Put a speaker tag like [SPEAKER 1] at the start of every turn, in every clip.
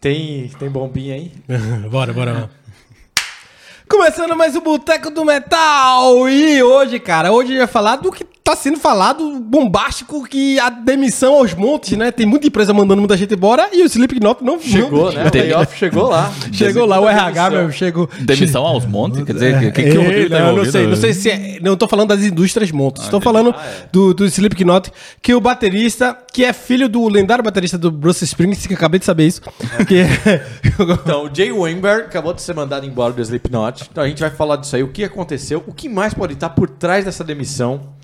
[SPEAKER 1] Tem, tem bombinha aí?
[SPEAKER 2] bora, bora.
[SPEAKER 1] Começando mais o Boteco do Metal! E hoje, cara, hoje eu ia falar do que tá sendo falado bombástico, que a demissão aos montes, né? Tem muita empresa mandando muita gente embora e o Slipknot não
[SPEAKER 3] Chegou,
[SPEAKER 1] não,
[SPEAKER 3] né? O playoff chegou lá.
[SPEAKER 1] Chegou lá, o RH, meu, chegou.
[SPEAKER 3] Demissão aos montes? Quer dizer, o que, que o
[SPEAKER 1] Ei,
[SPEAKER 3] Rodrigo tá
[SPEAKER 1] não, eu não
[SPEAKER 3] envolvido?
[SPEAKER 1] sei, não sei se é, não tô falando das indústrias montes, estou falando do, do Slipknot, que o baterista, que é filho do lendário baterista do Bruce Springsteen, que eu acabei de saber isso, que é-
[SPEAKER 3] Então, o Jay Weinberg acabou de ser mandado embora do Slipknot. Então a gente vai falar disso aí, o que aconteceu, o que mais pode estar por trás dessa demissão.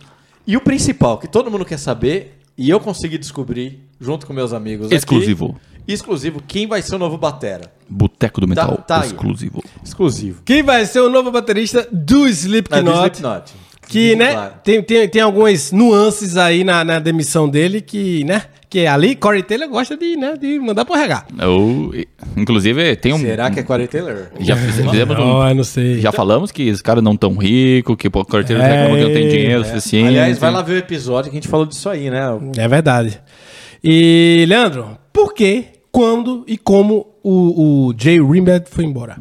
[SPEAKER 3] E o principal, que todo mundo quer saber, e eu consegui descobrir, junto com meus amigos aqui,
[SPEAKER 4] Exclusivo.
[SPEAKER 3] exclusivo, quem vai ser o novo batera.
[SPEAKER 4] Boteco do Metal
[SPEAKER 3] Tá- tá aí.
[SPEAKER 4] exclusivo.
[SPEAKER 3] Exclusivo.
[SPEAKER 1] Quem vai ser o novo baterista
[SPEAKER 3] É,
[SPEAKER 1] do
[SPEAKER 3] do
[SPEAKER 1] Slipknot?
[SPEAKER 3] Slipknot.
[SPEAKER 1] Que, né,
[SPEAKER 3] Claro.
[SPEAKER 1] tem, tem, tem algumas nuances aí na, na demissão dele que, né, que ali Corey Taylor gosta de, né, de mandar pro RH.
[SPEAKER 4] Eu, e- inclusive, tem um.
[SPEAKER 3] Será que é Corey Taylor?
[SPEAKER 4] Já fiz- fizemos um.
[SPEAKER 1] Ah,
[SPEAKER 2] Não, eu não sei.
[SPEAKER 4] Já falamos que os caras não tão ricos, que o carteiro
[SPEAKER 2] É,
[SPEAKER 4] reclama que não tem dinheiro suficiente.
[SPEAKER 3] Aliás, vai lá ver o episódio que a gente falou disso aí, né?
[SPEAKER 1] É verdade. E, Leandro, por que, quando e como o, o Jay Rimbad foi embora?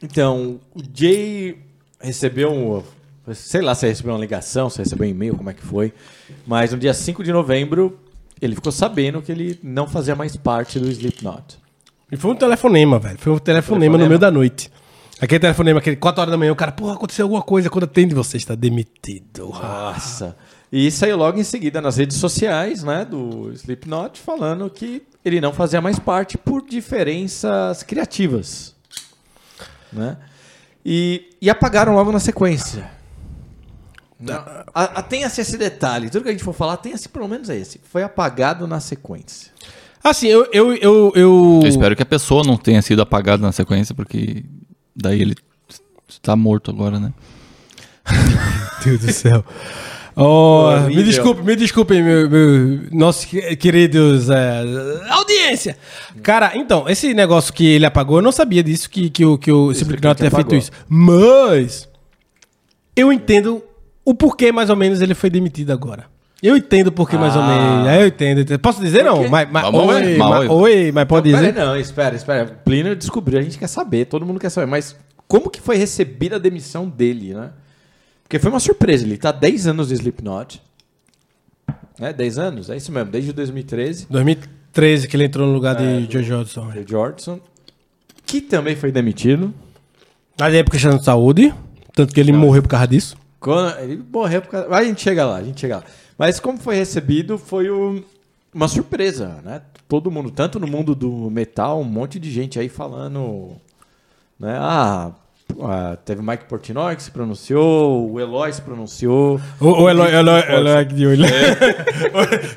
[SPEAKER 3] Então, o Jay recebeu um. Sei lá se recebeu uma ligação, se recebeu um e-mail, como é que foi. Mas no dia 5 de novembro, ele ficou sabendo que ele não fazia mais parte do Slipknot.
[SPEAKER 1] E foi um telefonema, velho. Foi um
[SPEAKER 3] Telefonema.
[SPEAKER 1] telefonema, no meio da noite. Aquele telefonema, aquele 4 horas da manhã, o cara, porra, aconteceu alguma coisa quando atende você, está demitido.
[SPEAKER 3] Nossa! E saiu logo em seguida nas redes sociais, né, do Slipknot, falando que ele não fazia mais parte por diferenças criativas. Né? E, e apagaram logo na sequência. Né? Não, a- Atenha-se a esse detalhe. Tudo que a gente for falar, atenha-se pelo menos a esse. Foi apagado na sequência.
[SPEAKER 1] Assim, eu. eu, eu, eu...
[SPEAKER 4] Eu espero que a pessoa não tenha sido apagada na sequência, porque daí ele está morto agora, né?
[SPEAKER 1] Deus do céu. Oh, me
[SPEAKER 3] Horrível.
[SPEAKER 1] desculpe, me desculpem, meu, meu- nossos que- queridos é, audiência. Cara, então, esse negócio que ele apagou, eu não sabia disso, que, que, o- que o
[SPEAKER 3] Slipknot
[SPEAKER 1] Slipknot tinha feito
[SPEAKER 3] apagou.
[SPEAKER 1] isso. Mas eu entendo o porquê, mais ou menos, ele foi demitido agora. Eu entendo porque mais ou menos. É, Eu entendo. eu entendo. Posso dizer, não?
[SPEAKER 3] quê?
[SPEAKER 1] Mas, mas,
[SPEAKER 4] Vamos
[SPEAKER 1] oi,
[SPEAKER 4] ver,
[SPEAKER 1] mas,
[SPEAKER 4] mas
[SPEAKER 1] oi, mas pode
[SPEAKER 3] Pera,
[SPEAKER 1] dizer.
[SPEAKER 3] não, espera, espera. Plínio descobriu, a gente quer saber, todo mundo quer saber. Mas como que foi recebida a demissão dele, né? Porque foi uma surpresa, ele tá há 10 anos de Slipknot. Né? 10 anos? É isso mesmo, desde 2013.
[SPEAKER 1] 2013 que ele entrou no lugar de Joe Jodson.
[SPEAKER 3] O Jordson, que também foi demitido.
[SPEAKER 1] Na época, questão de saúde. Tanto que ele morreu por causa disso.
[SPEAKER 3] Quando- ele morreu por causa. A gente chega lá, a gente chega lá. Mas como foi recebido, foi um- uma surpresa, né? Todo mundo, tanto no mundo do metal, um monte de gente aí falando. Né? Ah, ah, teve Mike Portnoy que se pronunciou, o Eloy se pronunciou.
[SPEAKER 1] O, o Eloy, Eloy, Eloy aqui de olho. É.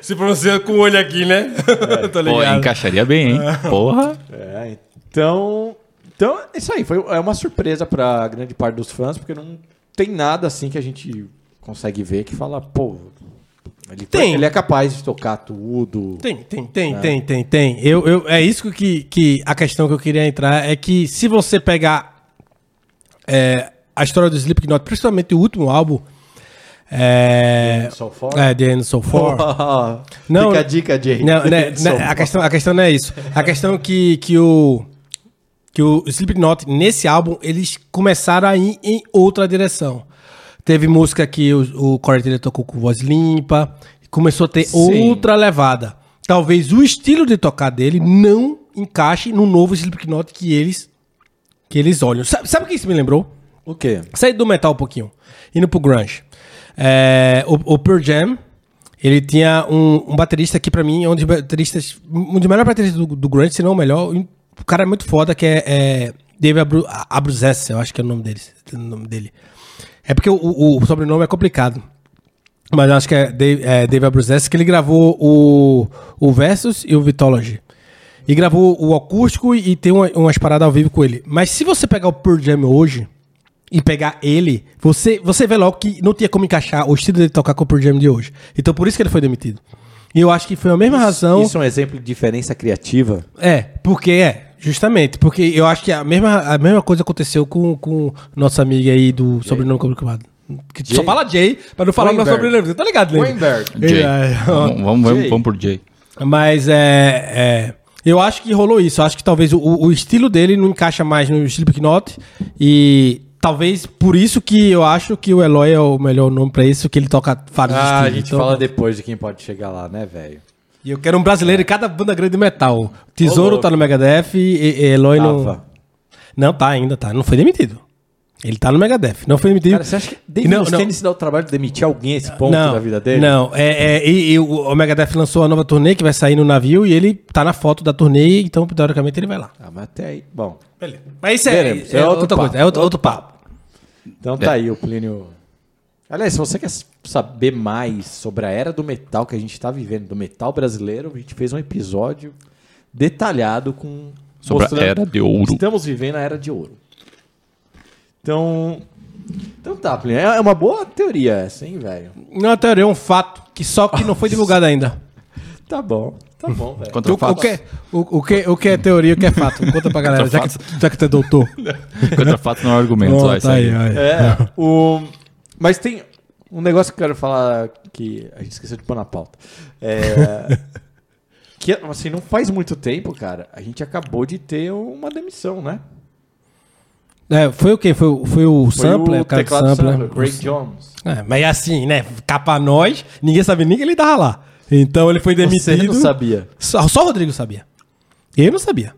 [SPEAKER 1] Se pronuncia com o olho aqui, né? Tô
[SPEAKER 4] Pô, encaixaria bem, hein? Porra.
[SPEAKER 3] É, então. Então, é isso aí. Foi, é uma surpresa pra grande parte dos fãs, porque não tem nada assim que a gente consegue ver que fala, pô. Ele,
[SPEAKER 1] Tem.
[SPEAKER 3] ele é capaz de tocar tudo.
[SPEAKER 1] Tem, tem, tem, tem, tem, tem. Eu, eu, é isso que, que a questão que eu queria entrar é que se você pegar é, a história do Slipknot, principalmente o último álbum, é,
[SPEAKER 3] So Far?
[SPEAKER 1] é The End So Far, Não,
[SPEAKER 3] Fica a dica, Jay.
[SPEAKER 1] Não, né,
[SPEAKER 3] Edson.
[SPEAKER 1] né, a, questão, a questão não é isso. A questão é que, que o que o Slipknot, nesse álbum, eles começaram a ir em outra direção. Teve música que o, o Corey Taylor tocou com voz limpa, começou a ter
[SPEAKER 3] Sim.
[SPEAKER 1] outra levada. Talvez o estilo de tocar dele não encaixe no novo Slipknot que eles que eles olham. Sabe, sabe o que isso me lembrou?
[SPEAKER 3] O quê?
[SPEAKER 1] Sair do metal um pouquinho, indo pro grunge. É, o, o Pearl Jam, ele tinha um, um baterista que pra mim é um dos bateristas, um dos melhores bateristas do, do grunge, se não o melhor. Um cara muito foda que é, é David Abru, Abruzzese, eu acho que é o nome dele. o nome dele. É porque o, o- o sobrenome é complicado. Mas eu acho que é Dave, é Dave Abruzzese, que ele gravou o, o Versus e o Vitology. E gravou o acústico e, e tem uma- umas paradas ao vivo com ele. Mas se você pegar o Pearl Jam hoje e pegar ele, você, você vê logo que não tinha como encaixar o estilo dele tocar com o Pearl Jam de hoje. Então por isso que ele foi demitido. E eu acho que foi a mesma razão...
[SPEAKER 3] Isso é um exemplo de diferença criativa.
[SPEAKER 1] É, porque é, justamente, porque eu acho que a mesma, a mesma coisa aconteceu com, com nossa amiga aí do sobrenome complicado. Que só
[SPEAKER 3] Jay?
[SPEAKER 1] fala Jay, pra não falar o meu
[SPEAKER 3] Weinberg.
[SPEAKER 1] sobrenome, você tá ligado, né?
[SPEAKER 3] Weinberg.
[SPEAKER 1] É,
[SPEAKER 4] Jay.
[SPEAKER 1] é, ó.
[SPEAKER 4] Vamos, vamos,
[SPEAKER 3] Jay.
[SPEAKER 4] vamos por Jay.
[SPEAKER 1] Mas é, é, Eu acho que rolou isso. Eu acho que talvez o, o estilo dele não encaixa mais no estilo Knot. E talvez por isso que eu acho que o Eloy é o melhor nome pra isso, que ele toca vários
[SPEAKER 3] Ah, a
[SPEAKER 1] estilos.
[SPEAKER 3] gente
[SPEAKER 1] Então,
[SPEAKER 3] fala depois de quem pode chegar lá, né, velho?
[SPEAKER 1] E eu quero um brasileiro em cada banda grande de metal. Tesouro
[SPEAKER 3] louco.
[SPEAKER 1] tá no Megadeth e, e Eloy no.
[SPEAKER 3] Tava.
[SPEAKER 1] Não, tá ainda, tá. Não foi demitido. Ele tá no Megadeth. Não foi demitido.
[SPEAKER 3] Cara, você acha que David
[SPEAKER 1] Não,
[SPEAKER 3] Mustaine
[SPEAKER 1] não.
[SPEAKER 3] se dá o trabalho de demitir alguém a esse ponto
[SPEAKER 1] não,
[SPEAKER 3] da vida dele?
[SPEAKER 1] Não, é, é, e, e o o Megadeth lançou a nova turnê que vai sair no navio e ele tá na foto da turnê, então teoricamente ele vai lá.
[SPEAKER 3] Ah, mas até aí. Bom,
[SPEAKER 1] Beleza. Mas isso é,
[SPEAKER 3] Veremos.
[SPEAKER 1] é,
[SPEAKER 3] É outro
[SPEAKER 1] outra
[SPEAKER 3] papo.
[SPEAKER 1] coisa, é outro, outro papo.
[SPEAKER 3] então tá
[SPEAKER 4] É.
[SPEAKER 3] aí o Plínio. Aliás, se você quer saber mais sobre a era do metal que a gente tá vivendo, do metal brasileiro, a gente fez um episódio detalhado com.
[SPEAKER 4] Sobre
[SPEAKER 3] mostrando-
[SPEAKER 4] a era de ouro.
[SPEAKER 3] Estamos vivendo a era de ouro. Então. Então tá, Plínio. É é uma boa teoria essa, hein, velho?
[SPEAKER 1] Não, a teoria é um fato que só que não foi divulgado ainda.
[SPEAKER 3] Tá bom, tá bom, velho.
[SPEAKER 4] Contra
[SPEAKER 1] O, o,
[SPEAKER 4] fatos.
[SPEAKER 1] que, o, o que, o que é teoria, o que é fato? Conta pra galera, já que, já que tu é doutor.
[SPEAKER 4] Contra fatos não é argumento.
[SPEAKER 1] Ó,
[SPEAKER 4] ó, isso
[SPEAKER 1] tá
[SPEAKER 4] aí.
[SPEAKER 1] aí, ó.
[SPEAKER 3] É, o... Mas tem um negócio que eu quero falar que a gente esqueceu de pôr na pauta. É... que, assim, não faz muito tempo, cara, a gente acabou de ter uma demissão, né?
[SPEAKER 1] É, foi o quê? Foi, o- foi o
[SPEAKER 3] Foi
[SPEAKER 1] sampler,
[SPEAKER 3] o
[SPEAKER 1] o cara do
[SPEAKER 3] teclado
[SPEAKER 1] sampler.
[SPEAKER 3] sampler, Greg Jones.
[SPEAKER 1] É, mas assim, né? Capa nós, ninguém sabia nem que ele tava lá. Então ele foi demitido.
[SPEAKER 3] Você não sabia.
[SPEAKER 1] Só, só o Rodrigo sabia. Eu não sabia.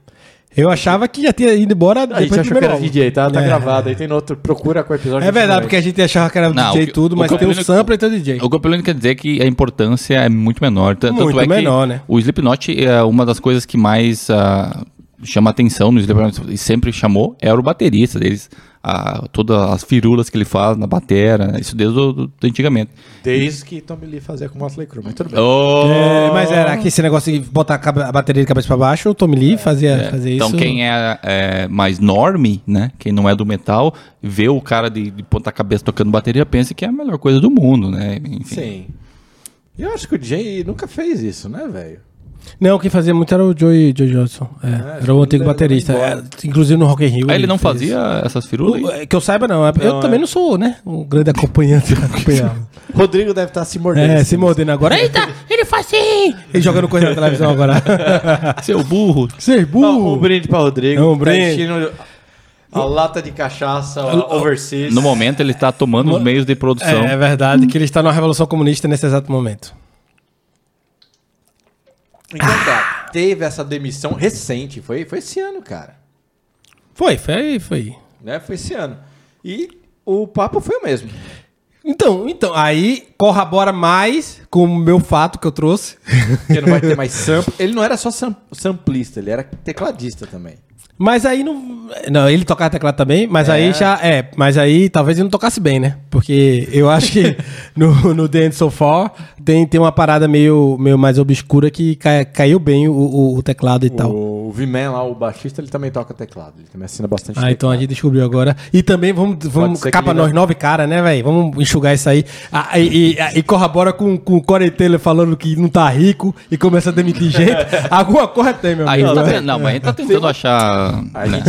[SPEAKER 1] Eu achava que já tinha ido embora
[SPEAKER 3] A gente
[SPEAKER 1] do
[SPEAKER 3] achou que era
[SPEAKER 1] álbum.
[SPEAKER 3] DJ, tá? Tá
[SPEAKER 1] É.
[SPEAKER 3] gravado. Aí tem no outro, procura com o episódio.
[SPEAKER 1] É verdade, porque a gente achava que era
[SPEAKER 4] Não,
[SPEAKER 1] DJ
[SPEAKER 4] o que-
[SPEAKER 1] tudo,
[SPEAKER 4] o
[SPEAKER 1] mas
[SPEAKER 4] que eu
[SPEAKER 1] tem o
[SPEAKER 4] lembro-
[SPEAKER 1] sampler e tem o DJ.
[SPEAKER 4] O que o Pelino quer dizer é que a importância é muito menor. T-
[SPEAKER 1] Muito
[SPEAKER 4] é que
[SPEAKER 1] menor, né?
[SPEAKER 4] O Slipknot é uma das coisas que mais ah, chama atenção no Slipknot e sempre chamou era o baterista deles. Ah, todas as firulas que ele faz na batera, né? isso desde o, do, do antigamente.
[SPEAKER 3] Desde que Tommy Lee fazia com o Motley Crue, mas tudo
[SPEAKER 4] Oh,
[SPEAKER 3] bem.
[SPEAKER 1] É, mas era que esse negócio de botar a cabe- a bateria de cabeça pra baixo, o Tommy Lee fazia, fazia
[SPEAKER 4] então
[SPEAKER 1] isso.
[SPEAKER 4] quem é, é, mais norme, né, quem não é do metal, vê o cara de, de ponta cabeça tocando bateria, pensa que é a melhor coisa do mundo, né? Enfim.
[SPEAKER 3] Sim. E eu acho que o DJ nunca fez isso, né, velho?
[SPEAKER 1] Não, quem fazia muito era o Joey, Joey Johnson. É, era o
[SPEAKER 3] ele
[SPEAKER 1] antigo
[SPEAKER 3] era
[SPEAKER 1] baterista.
[SPEAKER 3] bom.
[SPEAKER 1] é, inclusive no Rock in Rio.
[SPEAKER 4] Aí Ah, ele não
[SPEAKER 1] fez.
[SPEAKER 4] fazia essas firulas?
[SPEAKER 1] O-
[SPEAKER 4] aí?
[SPEAKER 1] é, Que eu saiba, não. É- eu
[SPEAKER 3] Não,
[SPEAKER 1] também
[SPEAKER 3] é.
[SPEAKER 1] não sou, né? Um grande acompanhante. acompanhado.
[SPEAKER 3] Rodrigo deve estar se mordendo.
[SPEAKER 1] é, se mordendo agora. Eita, ele faz assim. sim! Ele jogando coisa na televisão agora.
[SPEAKER 4] Seu burro.
[SPEAKER 1] Vocês
[SPEAKER 3] Ó, Um
[SPEAKER 1] burro!
[SPEAKER 3] brinde pra Rodrigo.
[SPEAKER 1] É um
[SPEAKER 3] Tá
[SPEAKER 1] brinde.
[SPEAKER 3] enchendo a lata de cachaça, a overseas.
[SPEAKER 4] No momento ele tá tomando os meios de produção.
[SPEAKER 1] É, é verdade que ele está numa revolução comunista nesse exato momento.
[SPEAKER 3] Então tá, teve essa demissão recente. Foi, foi esse ano, cara.
[SPEAKER 1] Foi, foi, foi.
[SPEAKER 3] Né? Foi esse ano. E o papo foi o mesmo.
[SPEAKER 1] Então, então, aí corrobora mais com o meu fato que eu trouxe.
[SPEAKER 3] Porque não vai ter mais sample. Ele não era só sam samplista, ele era tecladista também.
[SPEAKER 1] Mas aí não. Não, ele tocava teclado também, mas aí já. É, mas aí talvez ele não tocasse bem, né? Porque eu acho que no, no The End So Far tem, tem uma parada meio, meio mais obscura que cai- caiu bem o, o- o teclado e tal.
[SPEAKER 3] O, o V-Man lá, o baixista, ele também toca teclado. Ele também assina bastante
[SPEAKER 1] Ah, então a gente descobriu agora. E também vamos, vamos
[SPEAKER 3] ser que
[SPEAKER 1] capa
[SPEAKER 3] ele
[SPEAKER 1] nós
[SPEAKER 3] não-
[SPEAKER 1] nove cara, né, velho? Vamos enxugar isso aí. Ah, e, e- e corrobora com, com o Corey Taylor falando que não tá rico e começa a demitir gente. Alguma coisa tem, meu
[SPEAKER 4] Aí
[SPEAKER 1] amigo.
[SPEAKER 4] não, tá,
[SPEAKER 1] né?
[SPEAKER 4] ten- não, mas a gente tá tentando achar
[SPEAKER 3] A
[SPEAKER 4] né,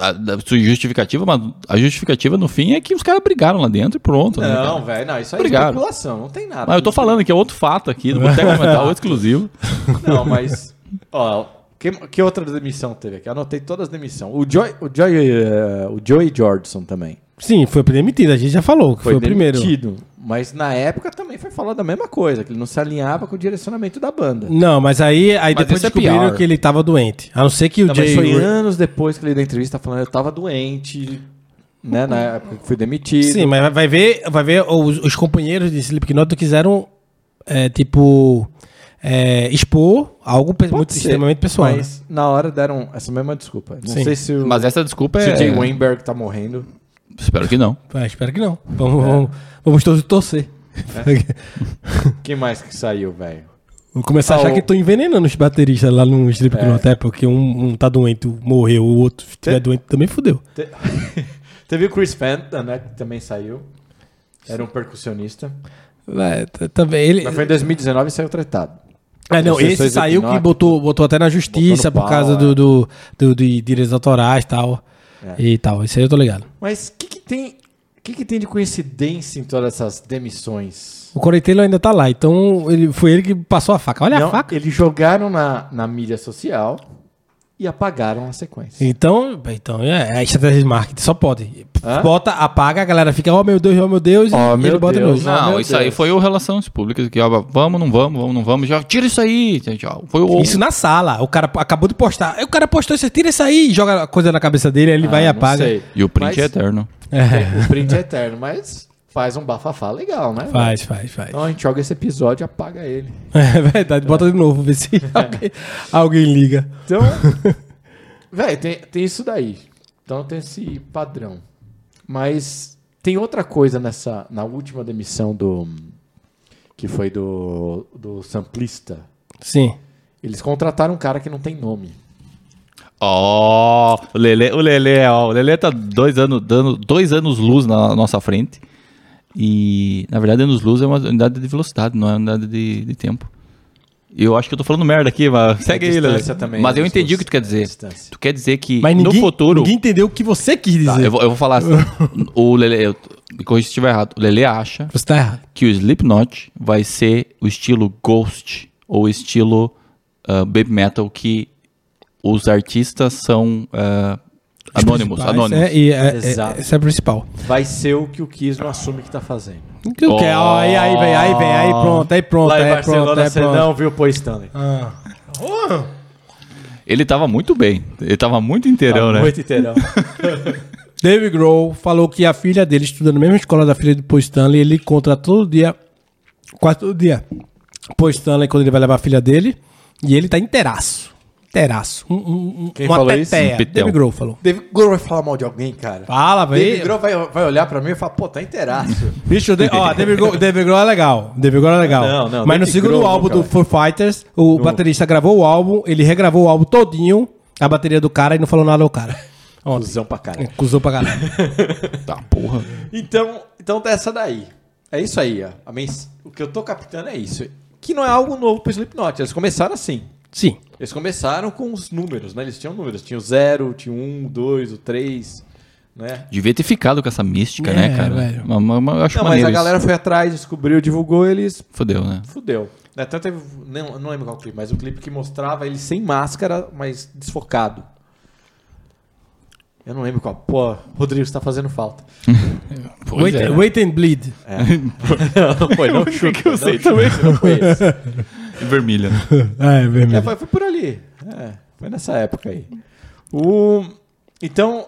[SPEAKER 4] a- da- sua justificativa, mas a justificativa no fim é que os caras brigaram lá dentro e pronto. né, cara?
[SPEAKER 3] Não, velho, não, isso aí
[SPEAKER 4] Obrigado.
[SPEAKER 3] é especulação, não tem nada.
[SPEAKER 4] mas eu tô falando que é outro fato aqui do Boteco Mental exclusivo.
[SPEAKER 3] Não, mas. Ó, que, que outra demissão teve aqui? Anotei todas as demissões. O Joy, o Joy, eh, o Joey Jordison também.
[SPEAKER 1] Sim, foi demitido, a gente já falou que foi, o primeiro.
[SPEAKER 3] demitido, Mas na época também foi falado a mesma coisa, que ele não se alinhava com o direcionamento da banda.
[SPEAKER 1] Não, mas aí, aí
[SPEAKER 4] Mas
[SPEAKER 1] depois
[SPEAKER 4] isso é
[SPEAKER 1] descobriram
[SPEAKER 4] PR.
[SPEAKER 1] que ele tava doente. A não ser que o
[SPEAKER 3] Não, mas
[SPEAKER 1] Jay.
[SPEAKER 3] foi anos depois que ele deu entrevista falando eu tava doente, né? Na época que fui demitido.
[SPEAKER 1] Sim, mas vai ver, vai ver os, os companheiros de Slipknot quiseram, é, tipo, é, expor algo pe- muito
[SPEAKER 3] ser,
[SPEAKER 1] extremamente pessoal. né?
[SPEAKER 3] Mas na hora deram essa mesma desculpa. Não
[SPEAKER 1] Sim.
[SPEAKER 3] sei se o,
[SPEAKER 4] Mas essa desculpa
[SPEAKER 3] se o
[SPEAKER 4] é.
[SPEAKER 3] Jay Weinberg tá morrendo.
[SPEAKER 4] Espero que não.
[SPEAKER 1] Ah, espero que não. Vamos, vamos, vamos todos torcer.
[SPEAKER 3] É. Quem mais que saiu, velho?
[SPEAKER 1] Vou começar
[SPEAKER 3] Ah,
[SPEAKER 1] a achar
[SPEAKER 3] o-
[SPEAKER 1] que tô envenenando os bateristas lá no Slipknot, é. porque um, um tá doente, morreu, o outro se tiver
[SPEAKER 3] Te-
[SPEAKER 1] doente também fudeu.
[SPEAKER 3] Te- Teve o Chris Fenton, né? Que também saiu. Era um percussionista.
[SPEAKER 1] Vai, t- também ele,
[SPEAKER 3] Mas foi em 2019 e saiu tretado.
[SPEAKER 1] É, não, esse
[SPEAKER 3] Sessões
[SPEAKER 1] saiu que
[SPEAKER 3] hipnóticas.
[SPEAKER 1] botou, botou até na justiça
[SPEAKER 3] Botou
[SPEAKER 1] por
[SPEAKER 3] no
[SPEAKER 1] causa
[SPEAKER 3] pau, é.
[SPEAKER 1] do, do, do, de direitos autorais e tal. E tal, isso aí eu tô ligado.
[SPEAKER 3] Mas o que, que tem. O que, que tem de coincidência em todas essas demissões?
[SPEAKER 1] O Corey Taylor ainda tá lá, então ele, foi ele que passou a faca. Olha
[SPEAKER 3] Não,
[SPEAKER 1] a faca.
[SPEAKER 3] Eles jogaram na, na mídia social e apagaram a sequência.
[SPEAKER 1] Então, então é, é estratégia de marketing, só pode.
[SPEAKER 3] Hã?
[SPEAKER 1] Bota, apaga, a galera fica, oh meu Deus, oh meu Deus,
[SPEAKER 3] Oh,
[SPEAKER 1] e
[SPEAKER 3] meu
[SPEAKER 1] ele bota de
[SPEAKER 3] Deus.
[SPEAKER 1] novo.
[SPEAKER 3] Ah,
[SPEAKER 4] Não,
[SPEAKER 3] meu
[SPEAKER 4] isso
[SPEAKER 3] Deus.
[SPEAKER 4] aí foi o Relações Públicas, que ó, vamos, não vamos, vamos, não vamos, já tira isso aí. gente, ó. Foi o,
[SPEAKER 1] Isso na sala, o cara acabou de postar. Aí o cara postou isso, tira isso aí, joga a coisa na cabeça dele, aí ele
[SPEAKER 3] Ah,
[SPEAKER 1] vai e
[SPEAKER 3] não
[SPEAKER 1] apaga.
[SPEAKER 3] sei.
[SPEAKER 4] E o print é
[SPEAKER 3] Mas-
[SPEAKER 4] eterno.
[SPEAKER 1] É,
[SPEAKER 3] O print é eterno, mas faz um bafafá legal, né?
[SPEAKER 1] faz, faz, faz.
[SPEAKER 3] Então a gente joga esse episódio e apaga ele.
[SPEAKER 1] É verdade, bota de novo, vê se alguém, alguém liga.
[SPEAKER 3] Então, velho, tem, tem isso daí. Então tem esse padrão. Mas tem outra coisa nessa na última demissão do que foi do do Samplista.
[SPEAKER 1] Sim.
[SPEAKER 3] Eles contrataram um cara que não tem nome.
[SPEAKER 4] Ó, o Lelê, o Lelê, ó, o Lelê tá dois anos, dando dois anos luz na nossa frente. E, na verdade, anos luz é uma unidade de velocidade, não é uma unidade de, de tempo. Eu acho que eu tô falando merda aqui, mas segue aí, Lelê.
[SPEAKER 3] É distância também,
[SPEAKER 4] mas eu
[SPEAKER 3] anos
[SPEAKER 4] entendi
[SPEAKER 3] luz,
[SPEAKER 4] o que tu quer
[SPEAKER 3] é
[SPEAKER 4] dizer.
[SPEAKER 3] distância.
[SPEAKER 4] Tu quer dizer que
[SPEAKER 1] Mas ninguém,
[SPEAKER 4] no futuro...
[SPEAKER 1] ninguém entendeu o que você quis dizer.
[SPEAKER 4] Tá, eu, vou, eu vou falar assim. o Lelê, eu, me corrija se estiver errado. O Lelê acha
[SPEAKER 1] Você tá errado.
[SPEAKER 4] que o Slipknot vai ser o estilo Ghost ou estilo ah, Baby Metal que os artistas são ah,
[SPEAKER 3] Tipo,
[SPEAKER 1] Os
[SPEAKER 4] anônimos,
[SPEAKER 1] principais,
[SPEAKER 4] anônimos.
[SPEAKER 1] É, e é,
[SPEAKER 3] Exato.
[SPEAKER 1] é, essa é a principal.
[SPEAKER 3] Vai ser o que o Kiss não assume que tá fazendo.
[SPEAKER 1] O que eu
[SPEAKER 4] Oh.
[SPEAKER 1] quero? Aí, aí, vem, aí, vem, aí, pronto, aí, pronto,
[SPEAKER 3] Lá em
[SPEAKER 1] aí,
[SPEAKER 3] Barcelona
[SPEAKER 1] pronto, aí,
[SPEAKER 3] você
[SPEAKER 1] pronto.
[SPEAKER 3] não viu o Paul Stanley.
[SPEAKER 4] Ele tava muito bem, ele tava muito inteirão, né?
[SPEAKER 3] Muito inteirão.
[SPEAKER 1] Dave Grohl falou que a filha dele estuda na mesma escola da filha do Paul Stanley. Ele encontra todo dia, quase todo dia, Paul Stanley quando ele vai levar a filha dele. E ele tá inteiraço. Inteiraço. Um, um, um-
[SPEAKER 3] Quem
[SPEAKER 1] uma
[SPEAKER 3] falou isso?
[SPEAKER 1] teteia.
[SPEAKER 4] Um pitão.
[SPEAKER 1] Dave Grohl falou.
[SPEAKER 3] David Grohl vai falar mal de alguém, cara.
[SPEAKER 1] Fala,
[SPEAKER 3] David
[SPEAKER 1] velho.
[SPEAKER 3] Grohl vai, vai olhar pra mim e falar, pô, tá inteiraço.
[SPEAKER 1] Bicho, de, ó, Dave Grohl, Dave Grohl é legal. Dave Grohl é legal.
[SPEAKER 3] Não, não,
[SPEAKER 1] Mas no
[SPEAKER 3] Dave
[SPEAKER 1] segundo
[SPEAKER 3] Grohl é
[SPEAKER 1] álbum
[SPEAKER 3] nunca
[SPEAKER 1] do
[SPEAKER 3] vai.
[SPEAKER 1] Foo Fighters, o baterista gravou o álbum, ele regravou o álbum todinho, a bateria do cara e não falou nada ao cara. Ó,
[SPEAKER 3] Cusão pra caralho.
[SPEAKER 1] Cusou pra caralho.
[SPEAKER 4] Tá, porra.
[SPEAKER 3] Então, então tá essa daí. É isso aí, ó. A mens- O que eu tô captando é isso. Que não é algo novo pro Slipknot. Eles começaram assim.
[SPEAKER 1] Sim.
[SPEAKER 3] Eles começaram com os números, né? Eles tinham números. Tinha o 0, tinha o 1, o 2, o 3, né?
[SPEAKER 4] Devia ter ficado com essa mística,
[SPEAKER 1] É,
[SPEAKER 4] né, cara?
[SPEAKER 1] velho.
[SPEAKER 4] Mas- mas- mas eu acho
[SPEAKER 3] Não, mas
[SPEAKER 4] maneiro
[SPEAKER 3] a galera foi atrás, descobriu, divulgou, eles
[SPEAKER 4] isso. Fodeu, né?
[SPEAKER 3] fudeu. Né? Tanto teve, não, não lembro qual clipe, mas o clipe que mostrava ele sem máscara, mas desfocado. Eu não lembro qual. Pô, Rodrigo, você tá fazendo falta.
[SPEAKER 1] Wait,
[SPEAKER 3] é.
[SPEAKER 1] wait and bleed.
[SPEAKER 3] não foi, não chuta. Que eu sei também. Não foi esse.
[SPEAKER 4] Vermelha.
[SPEAKER 1] Ah, é
[SPEAKER 3] É,
[SPEAKER 1] vermelho.
[SPEAKER 3] foi, foi por ali. É, foi nessa época aí. O, então,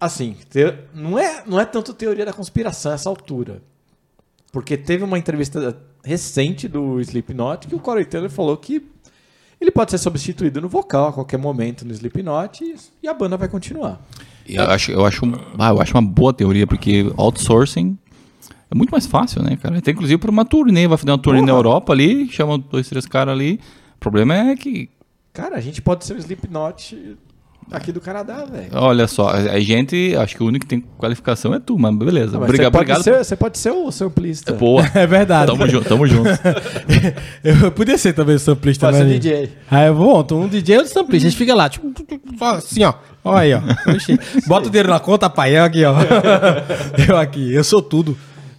[SPEAKER 3] assim, te- não, é, não é tanto teoria da conspiração essa altura. Porque teve uma entrevista recente do Slipknot que o Corey Taylor falou que ele pode ser substituído no vocal a qualquer momento no Slipknot e, e a banda vai continuar.
[SPEAKER 4] Eu acho, eu, acho, ah, eu acho uma boa teoria, porque outsourcing é muito mais fácil, né, cara? Até inclusive para uma turnê, vai fazer uma turnê na Europa ali, chama dois, três caras ali. O problema é que,
[SPEAKER 3] Cara, a gente pode ser o Slipknot aqui do Canadá, velho.
[SPEAKER 4] olha só, a a gente, acho que o único que tem qualificação é tu, mas beleza.
[SPEAKER 3] Mas
[SPEAKER 4] Obriga-
[SPEAKER 3] você, pode
[SPEAKER 4] obrigado.
[SPEAKER 3] ser, você pode ser o samplista.
[SPEAKER 4] Boa.
[SPEAKER 1] É verdade.
[SPEAKER 4] Tamo junto, tamo junto.
[SPEAKER 1] Eu podia ser também samplista,
[SPEAKER 3] Pode ser
[SPEAKER 1] né?
[SPEAKER 3] DJ.
[SPEAKER 1] Aí eu monto um DJ e outro samplista. A gente fica lá, tipo, assim, ó. Olha aí, ó. Oxi. Bota o dinheiro na conta, pai. Eu aqui, ó. Eu aqui, eu sou tudo.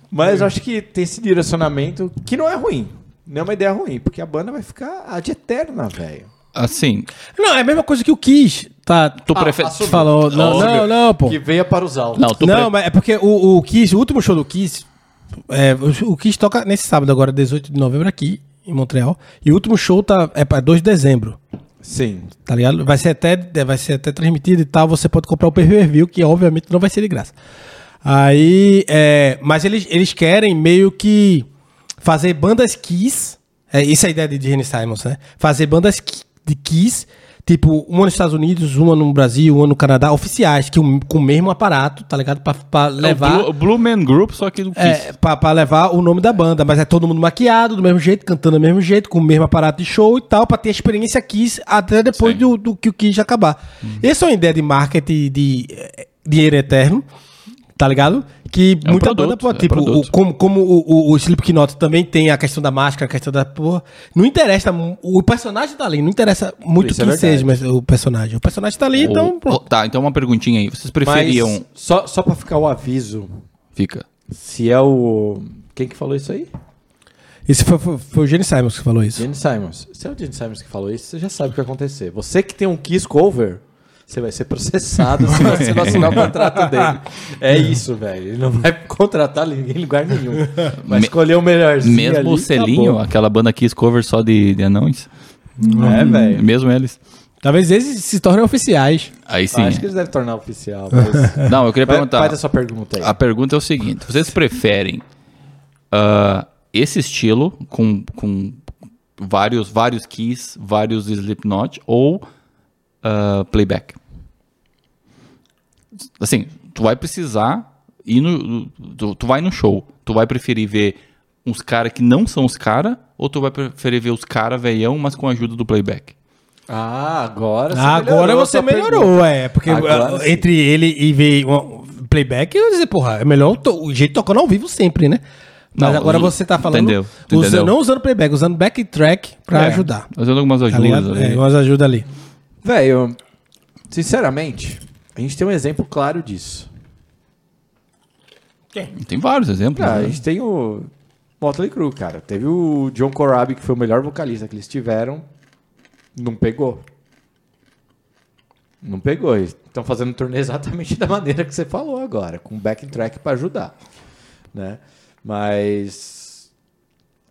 [SPEAKER 3] Mas eu acho que tem esse direcionamento que não é ruim. Não é uma ideia ruim, porque a banda vai ficar ad eterna, velho.
[SPEAKER 4] Assim,
[SPEAKER 1] Não, é a mesma coisa que o Kiss. Tá, tu
[SPEAKER 4] prefere-
[SPEAKER 1] Falou. Não,
[SPEAKER 4] Óbvio.
[SPEAKER 1] não, não, pô.
[SPEAKER 3] Que venha para os altos.
[SPEAKER 4] não, tu
[SPEAKER 1] Não, mas é porque o, o Kiss, o último show do Kiss, é, o, o Kiss toca nesse sábado agora, 18 de novembro, aqui em Montreal. E o último show tá, é pra 2 de dezembro.
[SPEAKER 3] Sim.
[SPEAKER 1] tá ligado? Vai ser até, é, vai ser até transmitido e tal, você pode comprar o pay-per-view, que obviamente não vai ser de graça. Aí, é, mas eles, eles querem meio que fazer bandas Kiss, é, isso é a ideia de Gene Simons, né? Fazer bandas ki- de Kiss, tipo, uma nos Estados Unidos, uma no Brasil, uma no Canadá, oficiais, que o- com o mesmo aparato, tá ligado? Pra, pra
[SPEAKER 4] É
[SPEAKER 1] levar...
[SPEAKER 4] o Blue, Blue Man Group, só que do Kiss.
[SPEAKER 1] É, pra, pra levar o nome da banda, mas é todo mundo maquiado, do mesmo jeito, cantando do mesmo jeito, com o mesmo aparato de show e tal, pra ter a experiência Kiss até depois
[SPEAKER 4] Sim. Uhum.
[SPEAKER 1] do, do que o Kiss acabar. Essa é uma ideia de marketing de eh, dinheiro eterno, tá ligado? Que
[SPEAKER 4] É um
[SPEAKER 1] muita
[SPEAKER 4] produto,
[SPEAKER 1] banda, pô,
[SPEAKER 4] é um
[SPEAKER 1] tipo, o-
[SPEAKER 4] produto.
[SPEAKER 1] como, como o, o, o Slipknot também tem a questão da máscara, a questão da porra, não interessa, mu- o personagem tá ali, não interessa muito
[SPEAKER 3] Isso é
[SPEAKER 1] quem
[SPEAKER 3] verdade.
[SPEAKER 1] seja, mas o personagem, o personagem tá ali, então
[SPEAKER 4] Ou-
[SPEAKER 1] pronto.
[SPEAKER 4] ou- tá, então uma perguntinha aí. Vocês preferiam.
[SPEAKER 3] Mas, só, só pra ficar o aviso,
[SPEAKER 4] fica.
[SPEAKER 3] Se é o. Quem que falou isso aí?
[SPEAKER 1] Esse foi, foi, foi o Gene Simons que falou isso.
[SPEAKER 3] Gene Simons. Se é o Gene Simons que falou isso, você já sabe o que vai acontecer. Você que tem um Kiss Cover, você vai ser processado se você não assinar o contrato dele. É isso, velho. Ele não vai contratar ninguém em lugar nenhum. Vai
[SPEAKER 4] Me-
[SPEAKER 3] escolher o melhorzinho. ali, tá
[SPEAKER 4] Mesmo o selinho,
[SPEAKER 3] acabou.
[SPEAKER 4] aquela banda Kiss cover só de, de anões.
[SPEAKER 3] É, velho.
[SPEAKER 4] Mesmo eles.
[SPEAKER 1] Talvez esses se tornem oficiais.
[SPEAKER 4] Aí
[SPEAKER 3] Ah,
[SPEAKER 4] sim.
[SPEAKER 3] acho que eles devem tornar oficial. Mas...
[SPEAKER 4] Não, eu queria
[SPEAKER 3] Vai-
[SPEAKER 4] perguntar.
[SPEAKER 3] Faz a sua pergunta aí.
[SPEAKER 4] A pergunta é o seguinte: vocês preferem ah, esse estilo com, com vários, vários keys, vários Slipknot ou ah, playback? Assim, tu vai precisar ir no. Tu, tu vai no show, tu vai preferir ver uns caras que não são os caras ou tu vai preferir ver os caras veião, mas com a ajuda do playback?
[SPEAKER 3] Ah, agora você
[SPEAKER 1] Agora
[SPEAKER 3] melhorou a
[SPEAKER 1] você
[SPEAKER 3] sua
[SPEAKER 1] melhorou,
[SPEAKER 3] pergunta.
[SPEAKER 1] é. Porque
[SPEAKER 3] Agora
[SPEAKER 1] ah,
[SPEAKER 3] sim.
[SPEAKER 1] entre ele e ver um playback, eu ia dizer, porra, é melhor o to- o jeito tocando ao vivo sempre, né? Mas
[SPEAKER 4] Não,
[SPEAKER 1] agora
[SPEAKER 4] usa-
[SPEAKER 1] você tá falando.
[SPEAKER 4] entendeu, tu
[SPEAKER 1] usa-
[SPEAKER 4] entendeu.
[SPEAKER 1] não usando playback, usando backtrack pra
[SPEAKER 4] É, né?
[SPEAKER 1] ajudar.
[SPEAKER 4] Fazendo algumas
[SPEAKER 1] Tá
[SPEAKER 4] ajudas.
[SPEAKER 1] ligado?
[SPEAKER 4] ali.
[SPEAKER 1] É, umas ajuda ali.
[SPEAKER 3] Velho, sinceramente, a gente tem um exemplo claro disso.
[SPEAKER 4] Tem vários exemplos.
[SPEAKER 3] É, Ah, a
[SPEAKER 1] Uhum.
[SPEAKER 4] né?
[SPEAKER 3] gente tem o Motley Crue, cara. Teve o John Corabi, que foi o melhor vocalista que eles tiveram. Não pegou. Não pegou. Eles estão fazendo turnê exatamente da maneira que você falou agora, com backtrack pra ajudar. Né? Mas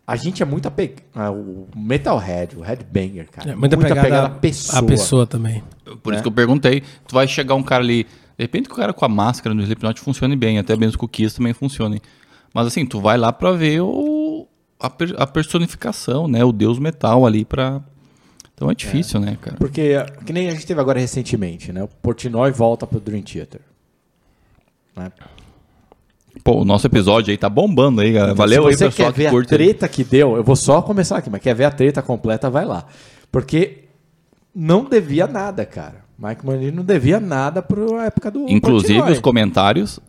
[SPEAKER 3] a gente é muito apegado. O Metalhead, o Headbanger, cara.
[SPEAKER 1] É, muita, pegada,
[SPEAKER 3] apegado
[SPEAKER 1] à A pessoa também.
[SPEAKER 4] Por
[SPEAKER 3] Né?
[SPEAKER 4] isso que eu perguntei. Tu vai chegar um cara ali. De repente que o cara com a máscara no Slipknot funcione bem, até mesmo com o Kiss também funcionem. Mas assim, tu vai lá pra ver o, a, per- a personificação, né? O deus metal ali pra. Então é difícil, né, cara?
[SPEAKER 3] Porque, que nem a gente teve agora recentemente, né? O Portnoy volta pro Dream Theater. Né?
[SPEAKER 4] Pô, o nosso episódio aí tá bombando aí, galera. Valeu
[SPEAKER 3] Então,
[SPEAKER 4] aí,
[SPEAKER 3] Se você
[SPEAKER 4] pessoal
[SPEAKER 3] quer ver
[SPEAKER 4] que
[SPEAKER 3] a
[SPEAKER 4] curte. aí.
[SPEAKER 3] treta que deu, eu vou só começar aqui, mas quer ver a treta completa, vai lá. Porque não devia nada, cara. Mike Manini não devia nada pra época do
[SPEAKER 4] Inclusive
[SPEAKER 3] Portnoy.
[SPEAKER 4] os comentários.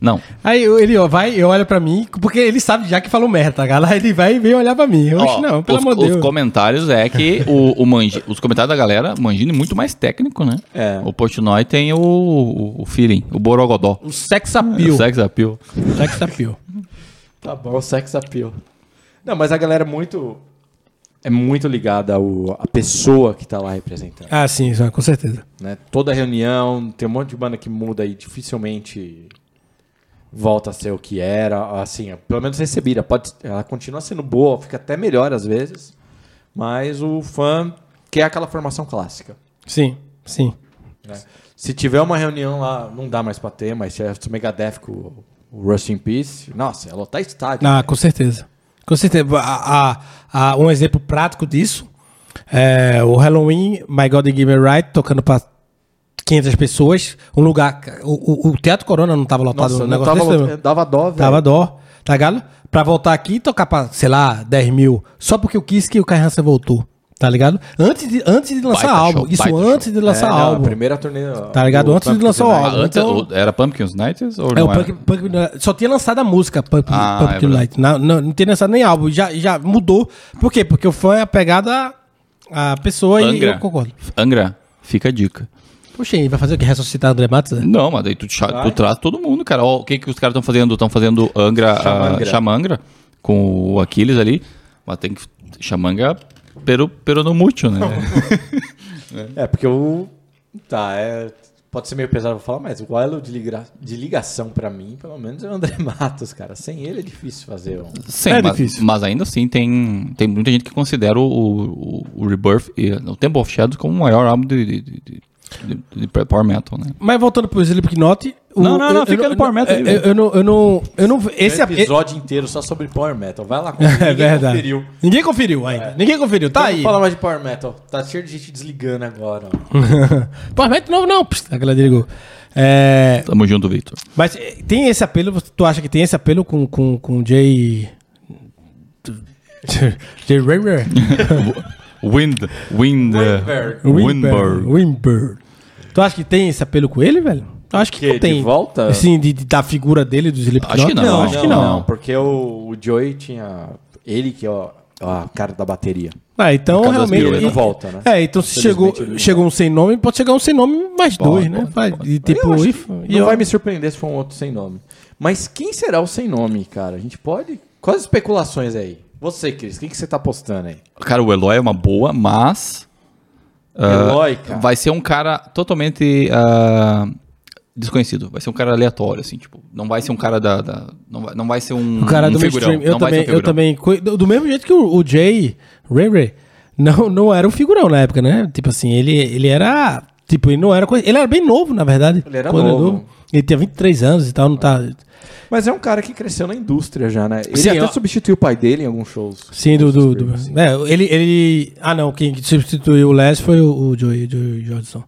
[SPEAKER 4] Não,
[SPEAKER 1] Aí eu- ele ó, vai e olha pra mim, porque ele sabe já que falou merda, galera. Ele vai e vem olhar pra mim. Eu
[SPEAKER 4] Ó,
[SPEAKER 1] acho, não, pelo
[SPEAKER 4] os,
[SPEAKER 1] amor de
[SPEAKER 4] os
[SPEAKER 1] Deus.
[SPEAKER 4] comentários é que o, o Mangi- os comentários da galera, o Mangini é muito mais técnico, né?
[SPEAKER 3] É.
[SPEAKER 4] O Portnoy tem o, o, o feeling, o borogodó.
[SPEAKER 1] O sex appeal.
[SPEAKER 4] O sex appeal.
[SPEAKER 1] Sex appeal.
[SPEAKER 3] Tá bom, sex appeal. Não, mas a galera é muito... É muito ligada ao, à pessoa que tá lá representando.
[SPEAKER 1] Ah, sim, isso, com certeza.
[SPEAKER 3] né? Toda reunião, tem um monte de banda que muda e dificilmente volta a ser o que era, assim, pelo menos recebida, pode, ela continua sendo boa, fica até melhor às vezes, mas o fã quer aquela formação clássica.
[SPEAKER 1] Sim, sim.
[SPEAKER 3] né? Se tiver uma reunião lá, não dá mais pra ter, mas se é o Megadeth com o- o Rust in Peace, nossa, ela tá estádio.
[SPEAKER 1] Ah, com certeza. Com certeza. A- a- a- um exemplo prático disso é o Halloween, My God Give Me Right, tocando pra 500 pessoas. Um lugar. O, o- o Teatro Corona não tava lotado
[SPEAKER 3] Nossa,
[SPEAKER 1] um
[SPEAKER 3] não
[SPEAKER 1] negócio
[SPEAKER 3] tava, é.
[SPEAKER 1] desse,
[SPEAKER 3] lut-
[SPEAKER 1] né?
[SPEAKER 3] dava dó, velho.
[SPEAKER 1] Tava dó, tá ligado? Pra voltar aqui e tocar pra, sei lá, 10 mil. Só porque eu quis que o Kai Hansen voltou, tá ligado? Antes de, antes de lançar
[SPEAKER 4] Baita
[SPEAKER 1] álbum.
[SPEAKER 4] show,
[SPEAKER 1] Isso
[SPEAKER 4] baita
[SPEAKER 1] antes de
[SPEAKER 3] É,
[SPEAKER 1] lançar
[SPEAKER 3] não,
[SPEAKER 1] álbum.
[SPEAKER 3] A primeira turnê.
[SPEAKER 1] Tá ligado?
[SPEAKER 3] do
[SPEAKER 1] Antes de
[SPEAKER 3] Pumpkin
[SPEAKER 1] lançar o
[SPEAKER 3] Tonight.
[SPEAKER 1] álbum.
[SPEAKER 4] Ah, antes,
[SPEAKER 1] Então-
[SPEAKER 4] o- era Pumpkins Nights ou
[SPEAKER 1] É,
[SPEAKER 4] não
[SPEAKER 1] o
[SPEAKER 4] era?
[SPEAKER 1] Punk, Punk- só tinha lançado a música Pump,
[SPEAKER 4] Ah,
[SPEAKER 1] Pump
[SPEAKER 4] é
[SPEAKER 1] Tonight. Não, não, não tinha lançado nem álbum. Já, já mudou. Por quê? Porque o fã é apegado à à pessoa e
[SPEAKER 4] Angra.
[SPEAKER 1] eu concordo.
[SPEAKER 4] Angra, fica a dica.
[SPEAKER 1] Poxa, e vai fazer o que? Ressuscitar André Matos? né?
[SPEAKER 4] Não, mas daí tu, cha- tu traz todo mundo, cara. Ó, o que, que os caras estão fazendo? Estão fazendo Angra,
[SPEAKER 3] Xamangra.
[SPEAKER 4] Xamangra. Xamangra com o Aquiles ali. Mas tem que. Xamanga pero, pero no mútil, né?
[SPEAKER 3] É, porque o. Tá, é. Pode ser meio pesado pra falar, mas o elo de, ligra- de ligação pra mim, pelo menos, é o André Matos, cara. Sem ele é difícil fazer um.
[SPEAKER 4] Sim,
[SPEAKER 1] É
[SPEAKER 4] mas,
[SPEAKER 1] difícil.
[SPEAKER 4] mas ainda assim tem, tem muita gente que considera o, o, o Rebirth e o Temple of Shadows como o maior álbum de, de, de, de- de- de Power Metal, né?
[SPEAKER 1] Mas voltando pro Slipknot... o-
[SPEAKER 4] Não, não, não,
[SPEAKER 1] eu-
[SPEAKER 4] fica
[SPEAKER 1] eu
[SPEAKER 4] no Power Metal aí,
[SPEAKER 1] Eu,
[SPEAKER 4] velho.
[SPEAKER 1] eu não... Eu não, eu não
[SPEAKER 3] Esse
[SPEAKER 1] esse
[SPEAKER 3] episódio inteiro só sobre Power Metal. Vai lá com
[SPEAKER 1] É verdade.
[SPEAKER 3] conferiu. É. Então
[SPEAKER 1] Ninguém conferiu ainda. Ninguém conferiu. Tá
[SPEAKER 3] Vamos
[SPEAKER 1] aí.
[SPEAKER 3] falar mais de Power Metal. Tá cheio de gente desligando agora. ó.
[SPEAKER 1] Power Metal novo não. Pss, a galera ligou. É,
[SPEAKER 4] Tamo junto, Victor.
[SPEAKER 1] mas eh, tem esse apelo... Tu acha que tem esse apelo com o com, com Jay... Jay Raver?
[SPEAKER 4] Wind, Wind,
[SPEAKER 3] Windberg.
[SPEAKER 1] Wimber.
[SPEAKER 4] Windberg.
[SPEAKER 1] Wimber. Tu acha que tem esse apelo com ele, velho? Eu acho que,
[SPEAKER 3] Que,
[SPEAKER 1] não
[SPEAKER 3] de
[SPEAKER 1] tem.
[SPEAKER 3] volta?
[SPEAKER 1] Sim, de, de- da figura dele, do Slipknot.
[SPEAKER 4] Acho que não, acho que não.
[SPEAKER 3] porque o, o Joey tinha. Ele que é o, a cara da bateria.
[SPEAKER 1] Ah, então
[SPEAKER 4] Por causa das
[SPEAKER 1] realmente...
[SPEAKER 4] mil, ele
[SPEAKER 1] ele-
[SPEAKER 3] não volta, né?
[SPEAKER 1] É, então se
[SPEAKER 3] Infelizmente,
[SPEAKER 1] chegou,
[SPEAKER 3] ele não
[SPEAKER 1] chegou um sem nome, pode chegar um sem nome mais dois, né? Vai, E tipo...
[SPEAKER 3] Eu acho
[SPEAKER 1] e-
[SPEAKER 3] que
[SPEAKER 1] e
[SPEAKER 3] não
[SPEAKER 1] eu-
[SPEAKER 3] vai me surpreender se for um outro sem nome. Mas quem será o sem nome, cara? A gente pode. Quais as especulações aí? Você, Cris, o que, que você tá apostando aí?
[SPEAKER 4] Cara, o Eloy é uma boa, mas. ah,
[SPEAKER 3] Eloy, cara.
[SPEAKER 4] Vai ser um cara totalmente ah, desconhecido. Vai ser um cara aleatório, assim, tipo. Não vai ser um cara da. da- não, vai, não vai ser um.
[SPEAKER 1] O cara
[SPEAKER 4] um
[SPEAKER 1] do
[SPEAKER 4] figurão.
[SPEAKER 1] mainstream. Eu
[SPEAKER 4] não vai
[SPEAKER 1] também,
[SPEAKER 4] ser um
[SPEAKER 1] eu
[SPEAKER 4] figurão.
[SPEAKER 1] também. coi- Do do mesmo jeito que o, o Jay Ray Ray não, não era um figurão na época, né? Tipo assim, ele, ele era. Tipo, ele não era. coi- Ele era bem novo, na verdade.
[SPEAKER 3] Ele era
[SPEAKER 1] quando
[SPEAKER 3] novo.
[SPEAKER 1] Ele tinha 23 anos e tal, não tá.
[SPEAKER 3] Mas é um cara que cresceu na indústria já, né? Ele
[SPEAKER 1] Sim,
[SPEAKER 3] antes
[SPEAKER 1] ó.
[SPEAKER 3] substituiu o pai dele em alguns shows.
[SPEAKER 1] Sim, do. do, do- é, ele, ele. Ah, não. Quem substituiu o Les foi o, o Joey, Joey Jordison.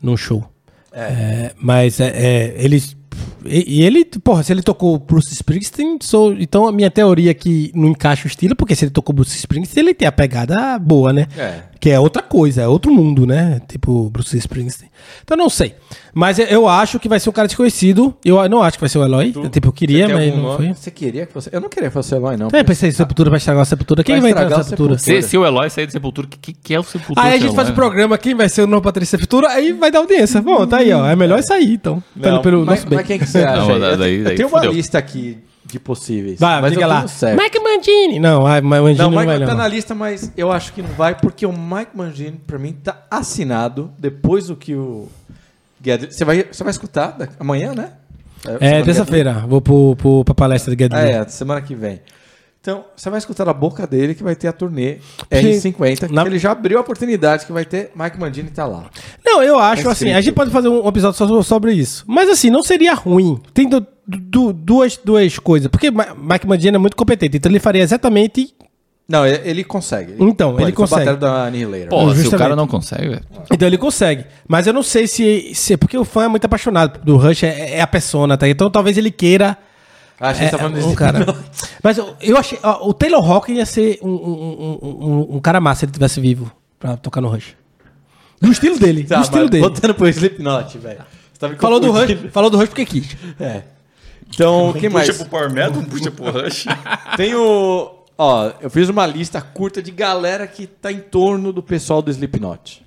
[SPEAKER 1] Num show. É, mas é, é, eles. E, e ele, porra, se ele tocou Bruce Springsteen, sou, então a minha teoria é que não encaixa o estilo, porque se ele tocou Bruce Springsteen, ele tem a pegada boa, né?
[SPEAKER 3] É.
[SPEAKER 1] Que é outra coisa, é outro mundo, né? Tipo Bruce Springsteen. Então não sei. Mas eu- eu acho que vai ser um cara desconhecido. Eu não acho que vai ser o Eloy. tipo, eu queria,
[SPEAKER 3] Tem
[SPEAKER 1] mas
[SPEAKER 3] algum
[SPEAKER 1] não
[SPEAKER 3] nome?
[SPEAKER 1] foi.
[SPEAKER 3] assim.
[SPEAKER 1] É,
[SPEAKER 3] Você queria que fosse. Eu não queria que fosse Eloy, não.
[SPEAKER 1] Também pensei em Sepultura vai estragar a Sepultura. Quem
[SPEAKER 3] Vai
[SPEAKER 1] vai, entrar na
[SPEAKER 3] estragar a
[SPEAKER 1] Sepultura?
[SPEAKER 4] Se,
[SPEAKER 3] Sepultura.
[SPEAKER 4] se o Eloy sair do Sepultura, o que, que é o Sepultura?
[SPEAKER 1] Aí Ah, a
[SPEAKER 4] sem
[SPEAKER 1] gente faz o
[SPEAKER 4] Eloy, né?
[SPEAKER 1] programa, quem vai ser o novo Patrícia Futura, aí vai dar audiência. Bom, tá aí, ó. É melhor isso aí, então. pelo pelo
[SPEAKER 3] mas,
[SPEAKER 1] nosso bem.
[SPEAKER 3] mas quem que você acha?
[SPEAKER 4] Não,
[SPEAKER 3] aí? eu,
[SPEAKER 4] daí-
[SPEAKER 3] tenho- eu
[SPEAKER 4] daí
[SPEAKER 3] tenho uma
[SPEAKER 4] fudeu.
[SPEAKER 3] lista aqui de possíveis.
[SPEAKER 1] Vai,
[SPEAKER 3] mas
[SPEAKER 1] diga
[SPEAKER 3] eu tô
[SPEAKER 1] lá.
[SPEAKER 3] no certo.
[SPEAKER 1] Mike Mandini. Não, ah, Mandini
[SPEAKER 3] Não,
[SPEAKER 1] não,
[SPEAKER 3] o
[SPEAKER 1] vai
[SPEAKER 3] Mike
[SPEAKER 1] não.
[SPEAKER 3] tá na lista, mas eu acho que não vai, porque o Mike Mangini, pra mim, tá assinado depois do que o. Guedes- Você vai, você vai escutar da- amanhã, né?
[SPEAKER 1] É,
[SPEAKER 3] semana
[SPEAKER 1] terça-feira. Vou pro, pro, pra palestra do
[SPEAKER 3] que-
[SPEAKER 1] Guedes.
[SPEAKER 3] Ah, é, semana que vem. Então, você vai escutar da boca dele que vai ter a turnê R50, que
[SPEAKER 1] Na-
[SPEAKER 3] ele já abriu a oportunidade que vai ter. Mike Mandini tá lá.
[SPEAKER 1] Não, eu acho assim,
[SPEAKER 3] escrito.
[SPEAKER 1] a gente pode fazer um episódio só so- sobre isso. Mas assim, não seria ruim. Tem du- du- duas, duas coisas. Porque Ma- Mike Mandini é muito competente, então ele faria exatamente.
[SPEAKER 3] Não, ele, ele consegue.
[SPEAKER 1] Então, ele
[SPEAKER 3] foi
[SPEAKER 1] consegue.
[SPEAKER 3] batera da Annihilator.
[SPEAKER 4] Pô, se o
[SPEAKER 1] Justamente.
[SPEAKER 4] cara não consegue, velho.
[SPEAKER 1] Então ele consegue. Mas eu não sei se. se porque o fã é muito apaixonado do Rush, é, é a persona, tá? Então talvez ele queira.
[SPEAKER 3] Acho que você tá falando desse
[SPEAKER 1] um cara. Mas eu, eu achei. ó, o Taylor Hawkins ia ser um, um, um- um- um cara massa se ele tivesse vivo pra tocar no Rush. Do estilo dele.
[SPEAKER 3] Tá,
[SPEAKER 1] do estilo
[SPEAKER 3] mas
[SPEAKER 1] dele.
[SPEAKER 3] Voltando pro Slipknot, velho. Você tá me
[SPEAKER 1] Falou do Rush,
[SPEAKER 3] confundindo.
[SPEAKER 1] falou do Rush porque quis.
[SPEAKER 3] É. Então, o que mais?
[SPEAKER 4] Power Metal, puxa pro Rush.
[SPEAKER 3] Tem o. Ó, eu fiz uma lista curta de galera que tá em torno do pessoal do Slipknot.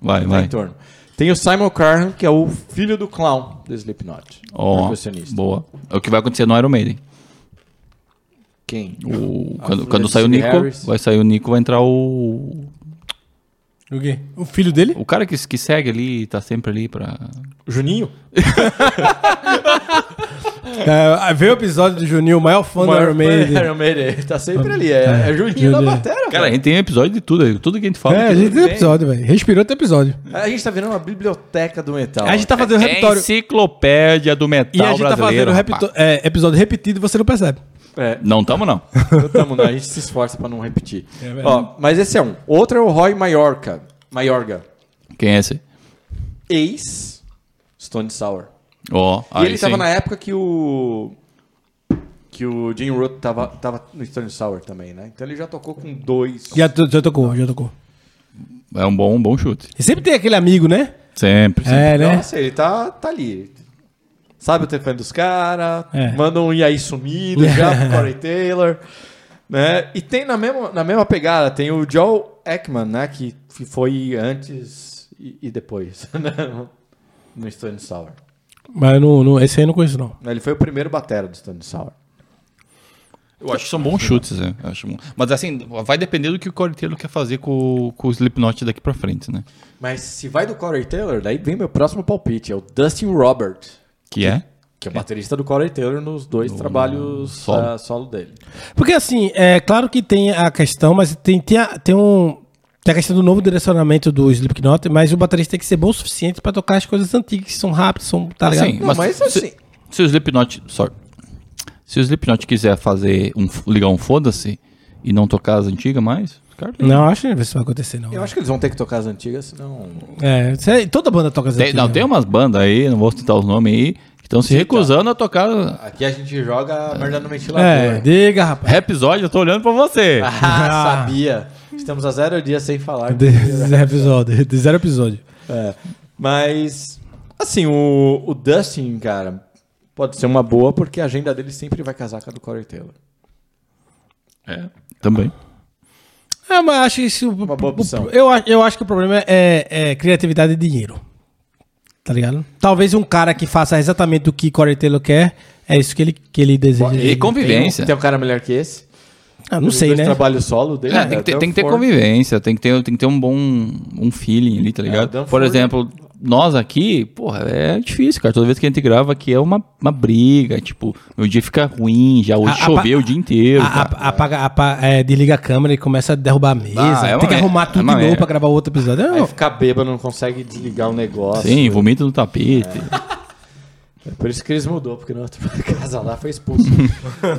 [SPEAKER 4] Vai,
[SPEAKER 3] Tá em
[SPEAKER 4] vai.
[SPEAKER 3] torno. Tem o Simon Carham, que é o filho do clown do Slipknot.
[SPEAKER 4] Ó,
[SPEAKER 3] percussionista.
[SPEAKER 4] boa. É o que vai acontecer no Iron Maiden.
[SPEAKER 1] Ah,
[SPEAKER 3] Quem?
[SPEAKER 4] O,
[SPEAKER 3] Ah,
[SPEAKER 4] quando
[SPEAKER 3] o
[SPEAKER 4] quando sair o
[SPEAKER 3] Steve
[SPEAKER 4] Nico,
[SPEAKER 3] Harris.
[SPEAKER 4] vai sair o Nico, vai entrar o.
[SPEAKER 1] O quê? O filho dele?
[SPEAKER 4] O cara que, que segue ali, tá sempre ali pra.
[SPEAKER 3] Juninho?
[SPEAKER 1] É, veio o episódio do Juninho, o maior fã do Iron Maiden.
[SPEAKER 3] Iron Maiden. Tá sempre ali. É, é Juninho na
[SPEAKER 1] Juninho.
[SPEAKER 3] batera,
[SPEAKER 4] Cara, a
[SPEAKER 3] velho.
[SPEAKER 4] gente tem um episódio de tudo, aí, tudo que a gente fala.
[SPEAKER 1] É, a
[SPEAKER 4] aqui.
[SPEAKER 1] gente tem episódio, velho. Respirou até episódio.
[SPEAKER 3] A gente tá virando uma biblioteca do metal.
[SPEAKER 1] A gente tá fazendo
[SPEAKER 4] É
[SPEAKER 1] repertório.
[SPEAKER 4] enciclopédia do metal
[SPEAKER 1] E a gente tá
[SPEAKER 4] brasileiro.
[SPEAKER 1] fazendo
[SPEAKER 4] rapaz.
[SPEAKER 1] repito- é, episódio repetido e você não percebe.
[SPEAKER 3] É,
[SPEAKER 4] Não tamo, não.
[SPEAKER 3] não tamo, não. A gente se esforça pra não repetir.
[SPEAKER 1] verdade.
[SPEAKER 3] Ó, mas esse é um. Outro é o Roy Maiorca. Maiorga.
[SPEAKER 4] Quem é esse?
[SPEAKER 3] Ex Stone Sour.
[SPEAKER 4] Ó,
[SPEAKER 3] e
[SPEAKER 4] aí
[SPEAKER 3] ele tava
[SPEAKER 4] sim.
[SPEAKER 3] na época que o. Que o Jim Roth tava, tava no Stone Sour também, né? Então ele já tocou com dois.
[SPEAKER 1] Já, to- já tocou, já tocou.
[SPEAKER 4] É um bom, um bom chute.
[SPEAKER 1] E sempre tem aquele amigo, né?
[SPEAKER 4] Sempre, sempre.
[SPEAKER 1] É, né?
[SPEAKER 3] Nossa, ele tá, tá ali. Sabe o telefone dos caras,
[SPEAKER 1] É.
[SPEAKER 3] manda um e aí sumido já pro Corey Taylor. Né? E tem na mesma, na mesma pegada, tem o Joel Ekman, né? Que f- foi antes e, e depois né? no Stone Sour.
[SPEAKER 1] Mas eu não, não- esse aí eu não conheço, não.
[SPEAKER 3] Ele foi o primeiro batera do Stone Sour.
[SPEAKER 1] É.
[SPEAKER 4] Eu acho que são bons chutes, né? Eu acho bom. Mas assim, vai depender do que o Corey Taylor quer fazer com, com o Slipknot daqui pra frente, né?
[SPEAKER 3] Mas se vai do Corey Taylor, daí vem meu próximo palpite, é o Dustin Robert,
[SPEAKER 4] Que é?
[SPEAKER 3] que é o baterista do Corey Taylor nos dois trabalhos
[SPEAKER 4] solo.
[SPEAKER 3] ah, solo dele.
[SPEAKER 1] Porque assim, é claro que tem a questão, mas tem, tem, a, tem um. Tem a questão do novo direcionamento do Slipknot, mas o baterista tem que ser bom o suficiente pra tocar as coisas antigas, que são rápidas, são. Tá ligado?
[SPEAKER 4] Sim,
[SPEAKER 3] Não,
[SPEAKER 4] mas,
[SPEAKER 3] mas
[SPEAKER 4] se,
[SPEAKER 3] assim-
[SPEAKER 4] se o Slipknot. Sorry. Se o Slipknot quiser fazer um, ligar um foda-se e não tocar as antigas mais, cara,
[SPEAKER 1] Não, acho que isso vai acontecer, não.
[SPEAKER 3] Eu acho que eles vão ter que tocar as antigas, senão...
[SPEAKER 1] É, isso aí, toda banda toca as
[SPEAKER 4] Tem, não, tem umas bandas aí, não vou citar os nomes aí, que estão se recusando a tocar.
[SPEAKER 3] Aqui a gente joga a merda no
[SPEAKER 4] um
[SPEAKER 3] ventilador.
[SPEAKER 4] né?
[SPEAKER 1] É, diga, rapaz.
[SPEAKER 4] Episódio, eu tô olhando pra você.
[SPEAKER 3] Ah, sabia. Estamos a zero dia sem falar.
[SPEAKER 1] De zero episódio. De zero episódio.
[SPEAKER 3] É, Mas, assim, o, o Dustin, cara, pode ser uma boa porque a agenda dele sempre vai casar com a do Corey Taylor.
[SPEAKER 4] É, também.
[SPEAKER 1] É, mas acho que isso.
[SPEAKER 3] Uma boa opção.
[SPEAKER 1] Eu, a- eu acho que o problema é, é criatividade e dinheiro. Tá ligado? Talvez um cara que faça exatamente o que Corey Taylor quer É isso que ele, que ele deseja.
[SPEAKER 4] E convivência.
[SPEAKER 3] Tem um cara melhor que esse?
[SPEAKER 1] Ah, não
[SPEAKER 3] Os
[SPEAKER 1] sei,
[SPEAKER 3] dois
[SPEAKER 1] né?
[SPEAKER 3] trabalho solo dele.
[SPEAKER 4] É, tem que ter,
[SPEAKER 3] Adam
[SPEAKER 4] tem que ter
[SPEAKER 3] Ford.
[SPEAKER 4] convivência, tem que ter, tem que ter um bom um feeling ali, tá ligado?
[SPEAKER 3] É, Dan
[SPEAKER 4] Por
[SPEAKER 3] Ford-
[SPEAKER 4] exemplo, nós aqui, porra, é difícil, cara. Toda vez que a gente grava aqui é uma, uma briga, tipo, meu dia fica ruim, já hoje
[SPEAKER 1] A- a
[SPEAKER 4] choveu o dia inteiro.
[SPEAKER 1] A- a-
[SPEAKER 4] cara.
[SPEAKER 1] apaga, apa- é, desliga a câmera e começa a derrubar a mesa.
[SPEAKER 4] Ah, é
[SPEAKER 1] tem
[SPEAKER 4] uma
[SPEAKER 1] que
[SPEAKER 4] merda,
[SPEAKER 1] arrumar
[SPEAKER 4] é
[SPEAKER 1] tudo
[SPEAKER 4] uma
[SPEAKER 1] de novo
[SPEAKER 4] merda.
[SPEAKER 1] pra gravar outro episódio. É,
[SPEAKER 3] Aí ficar bêbado, não consegue desligar o negócio.
[SPEAKER 4] Sim, vomita no tapete.
[SPEAKER 3] É por isso que eles mudou, porque na outra casa lá foi expulso.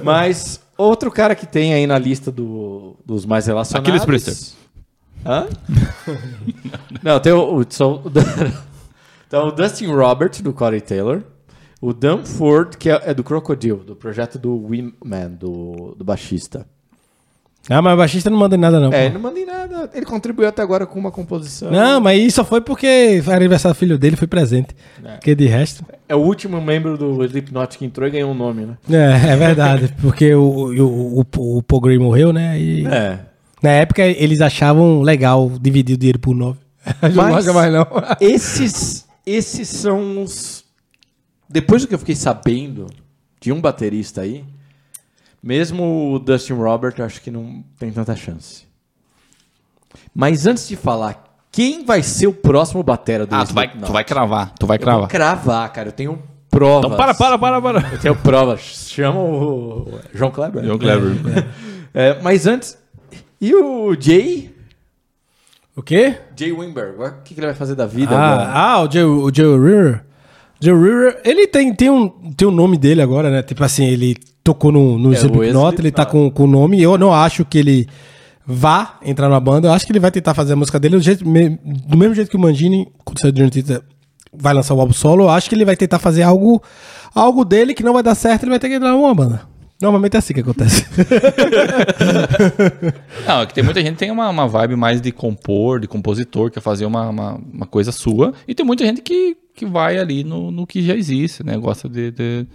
[SPEAKER 3] Mas outro cara que tem aí na lista do- dos mais relacionados.
[SPEAKER 4] Aquiles Priester.
[SPEAKER 3] Hã? Não, tem o. o- são- então, o Dustin Roberts, do Corey Taylor. O Dan Ford, que é, é do Crocodile, do projeto do Wingman, do, do baixista.
[SPEAKER 1] Ah, mas o baixista não manda em nada, não.
[SPEAKER 3] É,
[SPEAKER 1] pô.
[SPEAKER 3] ele não mandei nada. Ele contribuiu até agora com uma composição.
[SPEAKER 1] Não, mas isso só foi porque foi aniversário do filho dele foi presente. Porque de resto.
[SPEAKER 3] É o último membro do Slipknot que entrou e ganhou um nome, né?
[SPEAKER 1] É, é verdade. porque o, o, o, o Paul Gray morreu, né? E
[SPEAKER 3] É.
[SPEAKER 1] na época eles achavam legal dividir o dinheiro por nove. Não
[SPEAKER 3] Mas-
[SPEAKER 1] gosta mais, não.
[SPEAKER 3] Esses, esses são os. Depois do que eu fiquei sabendo de um baterista aí, mesmo o Dustin Robert, eu acho que não tem tanta chance. Mas antes de falar, quem vai ser o próximo batera do
[SPEAKER 4] Ah, tu vai,
[SPEAKER 3] Slipknot?
[SPEAKER 4] tu vai cravar, tu vai
[SPEAKER 3] Eu vou
[SPEAKER 4] cravar.
[SPEAKER 3] cravar, assim. cara. Eu tenho provas.
[SPEAKER 4] Então para, para, para, para.
[SPEAKER 3] Eu tenho provas. Chama o João Kleber.
[SPEAKER 4] João Kleber.
[SPEAKER 3] É, mas antes. E o Jay?
[SPEAKER 1] O quê?
[SPEAKER 3] Jay Wimberg. O que que ele vai fazer da vida agora?
[SPEAKER 1] Ah, ah, o Joe, o Joe Rearer. Joe Rearer, ele tem, tem, um, tem um nome dele agora, né? Tipo assim, ele tocou no, no
[SPEAKER 3] É, o
[SPEAKER 1] Slipknot, ele tá
[SPEAKER 3] Slipknot.
[SPEAKER 1] com com o nome. Eu não acho que ele vá entrar na banda. Eu acho que ele vai tentar fazer a música dele do, jeito me- do mesmo jeito que o Mangini, quando saiu do Dream Theater, vai lançar o álbum solo. Eu acho que ele vai tentar fazer algo, algo dele que não vai dar certo, ele vai ter que entrar numa banda. Normalmente é assim que acontece.
[SPEAKER 4] Não, é que tem muita gente que tem uma, uma vibe mais de compor, de compositor, quer fazer uma, uma, uma coisa sua. E tem muita gente que, que vai ali no, no que já existe, né? Gosta de, de,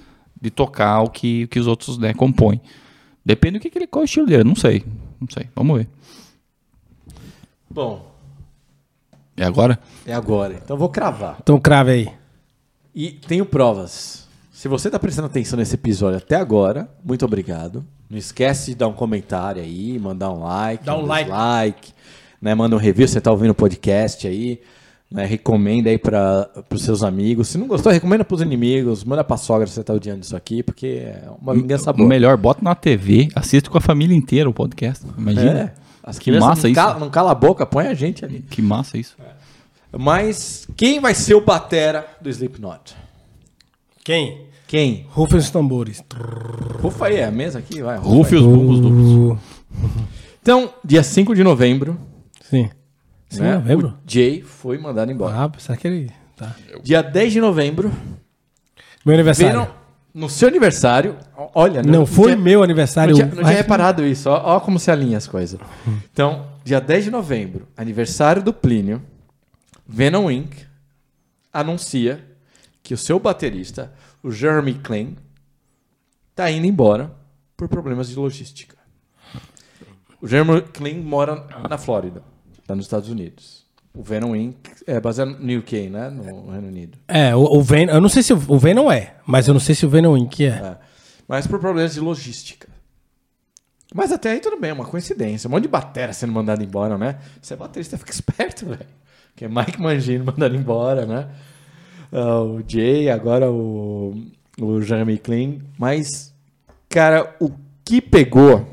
[SPEAKER 4] de tocar o que, que os outros né, compõem. Depende do que, que ele, qual é o estilo dele, não sei. Não sei, vamos ver.
[SPEAKER 3] Bom,
[SPEAKER 4] É agora?
[SPEAKER 3] é agora. Então eu vou cravar.
[SPEAKER 1] então crave aí.
[SPEAKER 3] E tenho provas. Se você tá prestando atenção nesse episódio até agora, muito obrigado. Não esquece de dar um comentário aí, mandar um like,
[SPEAKER 1] Dá um like.
[SPEAKER 3] dislike, né? Manda um review se você tá ouvindo o podcast aí, né? Recomenda aí para os seus amigos. Se não gostou, recomenda pros inimigos, manda pra sogra se você tá odiando isso aqui, porque é uma vingança boa.
[SPEAKER 4] Melhor, bota na TV, assiste com a família inteira o podcast. Imagina.
[SPEAKER 3] É. As
[SPEAKER 4] Que
[SPEAKER 3] crianças
[SPEAKER 4] massa
[SPEAKER 3] não,
[SPEAKER 4] isso.
[SPEAKER 3] cala, não cala a boca, põe a gente ali.
[SPEAKER 4] Que massa isso.
[SPEAKER 3] Mas quem vai ser o batera do Slipknot?
[SPEAKER 1] Quem?
[SPEAKER 3] Quem?
[SPEAKER 1] Rufem os tambores.
[SPEAKER 3] Rufa aí, é a mesa aqui, vai. rufa
[SPEAKER 4] Rufe os bumbos duplos.
[SPEAKER 3] Então, dia 5 de novembro,
[SPEAKER 1] Sim. Sim,
[SPEAKER 3] né,
[SPEAKER 1] novembro?
[SPEAKER 3] o Jay foi mandado embora.
[SPEAKER 1] Ah, será que ele. Tá.
[SPEAKER 3] Dia 10 de novembro,
[SPEAKER 1] Meu aniversário.
[SPEAKER 3] viram no seu aniversário, ó- olha... né,
[SPEAKER 1] Não, foi
[SPEAKER 3] tinha-
[SPEAKER 1] meu aniversário.
[SPEAKER 3] Não tinha, não tinha
[SPEAKER 1] Mas-
[SPEAKER 3] reparado isso, ó, ó como se alinha as coisas. Então, dia 10 de novembro, aniversário do Plínio, Venom Inc. anuncia que o seu baterista, o Jeremy Klein, tá indo embora por problemas de logística. O Jeremy Klein mora na Flórida, tá nos Estados Unidos. O Venom Inc. é baseado no UK, né? No Reino Unido.
[SPEAKER 1] É, o, o Venom. Eu não sei se o, o Venom é, mas eu não sei se o Venom Inc. é.
[SPEAKER 3] É. Mas por problemas de logística. Mas até aí tudo bem, é uma coincidência. Um monte de batera sendo mandado embora, né? Você é baterista, fica esperto, velho. Porque é Mike Mangino mandado embora, né? Ah, o Jay, agora o, o Jeremy Klein. Mas, cara, o que pegou...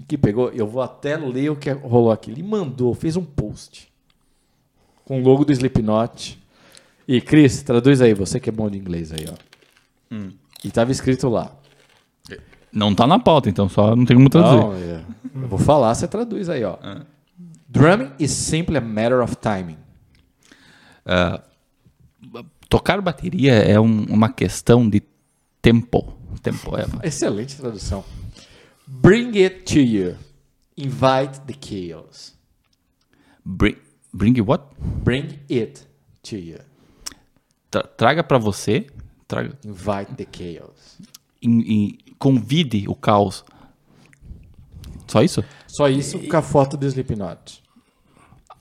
[SPEAKER 3] O que pegou... Eu vou até ler o que rolou aqui. Ele mandou, fez um post. Com o logo do Slipknot. E, Cris, traduz aí. Você que é bom de inglês aí, ó. E tava escrito lá.
[SPEAKER 4] Não tá na pauta, então só não tem como traduzir.
[SPEAKER 3] Não, é. eu vou falar, você traduz aí, ó. Drumming is simply a matter of timing.
[SPEAKER 4] é, Tocar bateria é um- uma questão de tempo. Tempo é.
[SPEAKER 3] Excelente tradução. Bring it to you. Invite the chaos.
[SPEAKER 4] Bring, bring what?
[SPEAKER 3] Bring it to you.
[SPEAKER 4] Tra- Traga pra você. Traga,
[SPEAKER 3] Invite the chaos.
[SPEAKER 4] em- em- convide o caos. Só isso?
[SPEAKER 3] Só isso com a foto do Slipknot.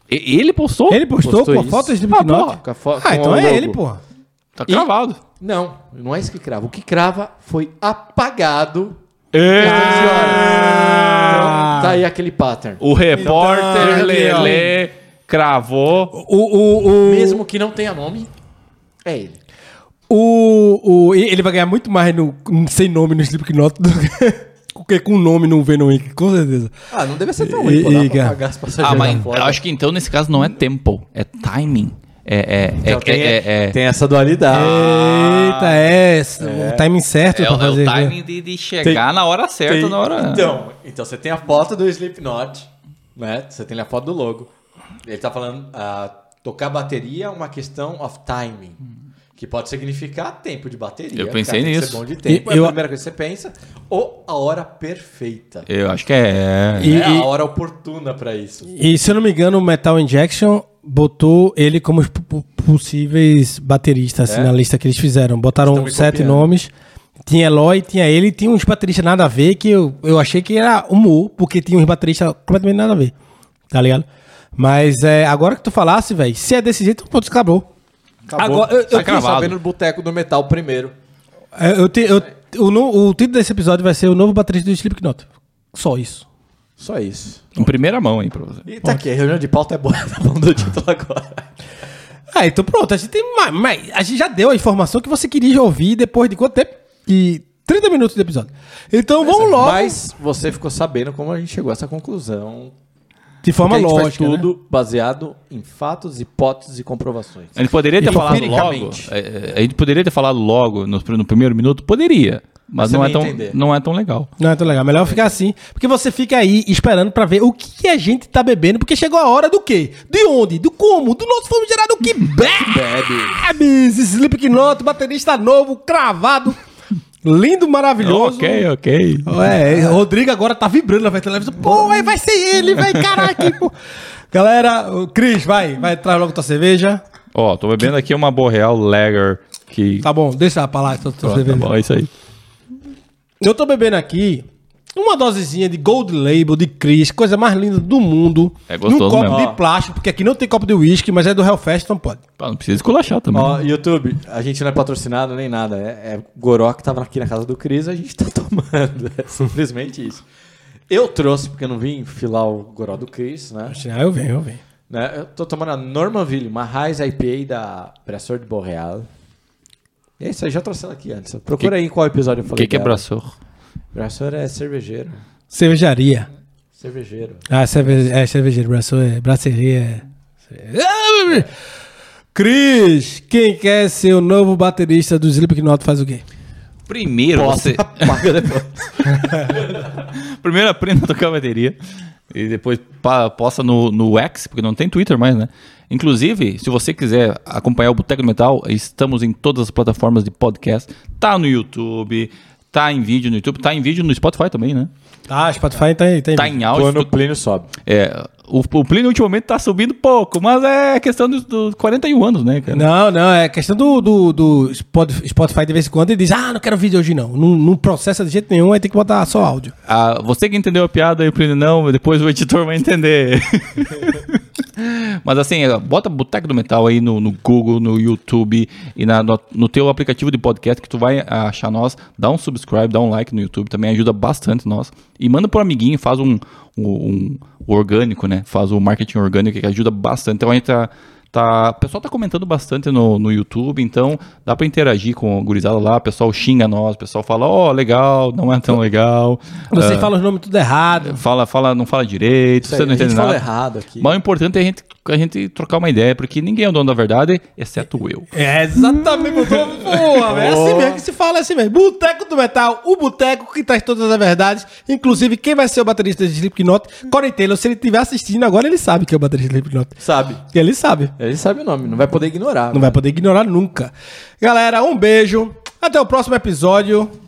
[SPEAKER 4] E- ele postou?
[SPEAKER 1] Ele postou,
[SPEAKER 3] Postou
[SPEAKER 1] pô,
[SPEAKER 3] isso.
[SPEAKER 1] foto de
[SPEAKER 3] Ah,
[SPEAKER 1] Slipknot.
[SPEAKER 3] porra, com a fo-
[SPEAKER 1] Ah,
[SPEAKER 3] com
[SPEAKER 1] então
[SPEAKER 3] o
[SPEAKER 1] é
[SPEAKER 3] logo.
[SPEAKER 1] ele, porra.
[SPEAKER 4] Tá cravado.
[SPEAKER 3] Não, não é isso que crava. O que crava foi apagado.
[SPEAKER 4] É.
[SPEAKER 3] às 11
[SPEAKER 1] Ah.
[SPEAKER 3] horas. Então, tá aí aquele pattern.
[SPEAKER 4] O repórter
[SPEAKER 1] Então,
[SPEAKER 4] Lelê cravou.
[SPEAKER 1] O, o, o,
[SPEAKER 3] Mesmo que não tenha nome, é ele.
[SPEAKER 1] o, o- e- ele vai ganhar muito mais no, sem nome no Slipknot do que com nome no Venom Inc., com certeza.
[SPEAKER 3] Ah, não deve ser tão
[SPEAKER 1] E-
[SPEAKER 3] ruim. Pô, dá
[SPEAKER 1] e,
[SPEAKER 3] pra
[SPEAKER 1] cara.
[SPEAKER 3] pagar as passageiras
[SPEAKER 4] Ah, mas
[SPEAKER 3] lá fora.
[SPEAKER 4] acho que então nesse caso não é tempo, é timing. É, é, é,
[SPEAKER 3] Então, tem,
[SPEAKER 4] é, é, é,
[SPEAKER 3] tem essa dualidade. Ah,
[SPEAKER 1] Eita, é, s- o timing certo
[SPEAKER 4] É
[SPEAKER 1] pra
[SPEAKER 4] o, é o
[SPEAKER 1] fazer. né?
[SPEAKER 4] timing de, de chegar na hora certa,
[SPEAKER 3] Tem-
[SPEAKER 4] na hora.
[SPEAKER 3] Então, então, você tem a foto do Slipknot, né? Você tem a foto do logo. Ele tá falando, ah, tocar bateria é uma questão of timing. Que pode significar tempo de bateria.
[SPEAKER 4] Eu pensei
[SPEAKER 3] cara, tem que
[SPEAKER 4] nisso.
[SPEAKER 3] ser bom de tempo.
[SPEAKER 1] E- eu-
[SPEAKER 3] É a primeira coisa que você pensa. Ou a hora perfeita.
[SPEAKER 4] Eu acho que é.
[SPEAKER 1] E-
[SPEAKER 3] é
[SPEAKER 1] e-
[SPEAKER 3] a hora oportuna pra isso.
[SPEAKER 1] E se eu não me engano, o Metal Injection botou ele como os p- p- possíveis bateristas assim,
[SPEAKER 3] É?
[SPEAKER 1] na lista que eles fizeram. Botaram
[SPEAKER 3] Estão me
[SPEAKER 1] sete
[SPEAKER 3] copiando.
[SPEAKER 1] nomes. Tinha Eloy, tinha ele, e tinha uns bateristas nada a ver que eu, eu achei que era humor, porque tinha uns bateristas completamente nada a ver. Tá ligado? Mas é, agora que tu falasse, velho, se é desse jeito, pô, acabou. Agora, eu- eu
[SPEAKER 3] eu,
[SPEAKER 4] fiquei sabendo
[SPEAKER 3] sabendo no boteco do metal primeiro.
[SPEAKER 1] É, Eu, te- eu- o, no- o título desse episódio vai ser o novo baterista do Slipknot. Só isso.
[SPEAKER 3] Só isso.
[SPEAKER 4] Em primeira mão, hein, pra você.
[SPEAKER 3] E tá aqui, a reunião de pauta é boa. Tá falando do título agora.
[SPEAKER 1] Ah, então pronto, a gente tem mais, mais- A gente já deu a informação que você queria ouvir depois de quanto tempo? De 30 minutos do episódio. Então vamos logo.
[SPEAKER 3] Mas você ficou sabendo como a gente chegou a essa conclusão
[SPEAKER 1] de forma
[SPEAKER 3] Porque a gente faz
[SPEAKER 1] lógica. né?
[SPEAKER 3] tudo baseado em fatos, hipóteses e comprovações.
[SPEAKER 4] A gente poderia ter
[SPEAKER 1] E
[SPEAKER 4] falado logo.
[SPEAKER 3] empiricamente.
[SPEAKER 4] é, é, A gente poderia ter falado logo no, no primeiro minuto? Poderia.
[SPEAKER 3] Mas
[SPEAKER 4] Mas
[SPEAKER 3] você
[SPEAKER 4] não
[SPEAKER 3] não
[SPEAKER 4] é,
[SPEAKER 3] ia
[SPEAKER 4] tão,
[SPEAKER 3] entender.
[SPEAKER 4] não é tão legal.
[SPEAKER 1] Não, então legal. Melhor ficar assim. Porque você fica aí esperando pra ver o que que a gente tá bebendo. Porque chegou a hora do quê? De onde? Do como? Do nosso fome gerado que bebe. Esse Slipknot, baterista novo, cravado. Lindo,
[SPEAKER 3] Então,
[SPEAKER 1] maravilhoso.
[SPEAKER 4] Ok, ok.
[SPEAKER 1] É, Rodrigo agora tá vibrando na frente da televisão. Pô, aí vai ser ele, vai, caraca. pô. Galera, o Cris, vai, vai, traz logo tua cerveja.
[SPEAKER 4] Ó, tô bebendo aqui uma Borreal Lager que.
[SPEAKER 1] Tá bom, deixa pra lá tua, tua
[SPEAKER 4] Ó, tá
[SPEAKER 1] cerveja.
[SPEAKER 4] bom, é isso aí.
[SPEAKER 1] Eu tô bebendo aqui uma dosezinha de Gold Label de Cris, coisa mais linda do mundo.
[SPEAKER 4] É gostoso
[SPEAKER 1] Num copo
[SPEAKER 4] mesmo.
[SPEAKER 1] de plástico, porque aqui não tem copo de uísque, mas é do Hellfest, então pode.
[SPEAKER 4] Pá, não precisa esculachar também.
[SPEAKER 3] Ó, YouTube, a gente não é patrocinado nem nada. É, é Goró que tava aqui na casa do Cris, a gente tá tomando. É simplesmente isso. Eu trouxe, porque eu não vim enfilar o Goró do Cris, né?
[SPEAKER 1] Ah, eu venho, eu venho.
[SPEAKER 3] Né, Eu tô tomando a Normanville, uma Raiz IPA da Brassor de Borreal. E é isso aí, já trouxe ela aqui antes. Procura aí em qual episódio eu
[SPEAKER 4] O
[SPEAKER 3] falei
[SPEAKER 4] que, que é
[SPEAKER 3] dela.
[SPEAKER 4] braçor?
[SPEAKER 3] Brassor é cervejeiro.
[SPEAKER 1] Cervejaria.
[SPEAKER 3] Cervejeiro.
[SPEAKER 1] Ah, cerveja, é cervejeiro, braço é, braceria é. Ah, bebê. Cris, quem quer ser o novo baterista do Slipknot faz o quê?
[SPEAKER 4] Primeiro você.
[SPEAKER 3] Paga depois.
[SPEAKER 4] Primeiro aprenda a tocar bateria. E depois pa- posta no, no X, porque não tem Twitter mais, né? Inclusive, se você quiser acompanhar o Boteco do Metal, estamos em todas as plataformas de podcast. Tá no YouTube, tá em vídeo no YouTube, tá em vídeo no Spotify também, né?
[SPEAKER 1] Tá, Spotify tá, tá,
[SPEAKER 4] Tá em áudio.
[SPEAKER 3] Quando o Plínio sobe.
[SPEAKER 4] É, o, o Plínio ultimamente tá subindo pouco, mas é questão dos, dos 41 anos, né, cara?
[SPEAKER 1] Não, não, é questão do, do, do Spot- Spotify de vez em quando ele diz, ah, não quero vídeo hoje não. Não, não processa de jeito nenhum, aí tem que botar só áudio.
[SPEAKER 4] Ah, você que entendeu a piada e o Plínio não, depois o editor vai entender. Mas assim, é, bota Boteco do Metal aí no, no Google, no YouTube e na- no, no teu aplicativo de podcast que tu vai achar nós. Dá um subscribe, dá um like no YouTube, também ajuda bastante nós. E manda pro amiguinho, faz um, um, um orgânico, né? Faz o marketing orgânico que ajuda bastante. Então a gente tá... Tá, o pessoal tá comentando bastante no, no YouTube, então dá pra interagir com o gurizada lá, o pessoal xinga nós, o pessoal fala, ó, legal, não é tão legal.
[SPEAKER 1] Você
[SPEAKER 4] Ah,
[SPEAKER 1] fala os nomes tudo errado.
[SPEAKER 4] fala, fala, não fala direito,
[SPEAKER 3] Isso
[SPEAKER 4] você
[SPEAKER 3] aí,
[SPEAKER 4] não
[SPEAKER 3] a gente
[SPEAKER 4] entende
[SPEAKER 3] falou
[SPEAKER 4] nada.
[SPEAKER 3] errado aqui.
[SPEAKER 4] Mas o importante é a gente, a gente trocar uma ideia, porque ninguém é o dono da verdade, exceto eu.
[SPEAKER 1] É, exatamente, botou, porra, velho, é assim mesmo que se fala, é assim mesmo. Boteco do Metal, o boteco que traz todas as verdades, inclusive quem vai ser o baterista de Slipknot, Corey Taylor, se ele estiver assistindo agora, ele sabe que é o baterista de Slipknot.
[SPEAKER 3] Sabe.
[SPEAKER 1] Ele sabe,
[SPEAKER 3] Ele sabe o nome, não vai poder ignorar.
[SPEAKER 1] não vai poder ignorar nunca. Galera, um beijo, até o próximo episódio.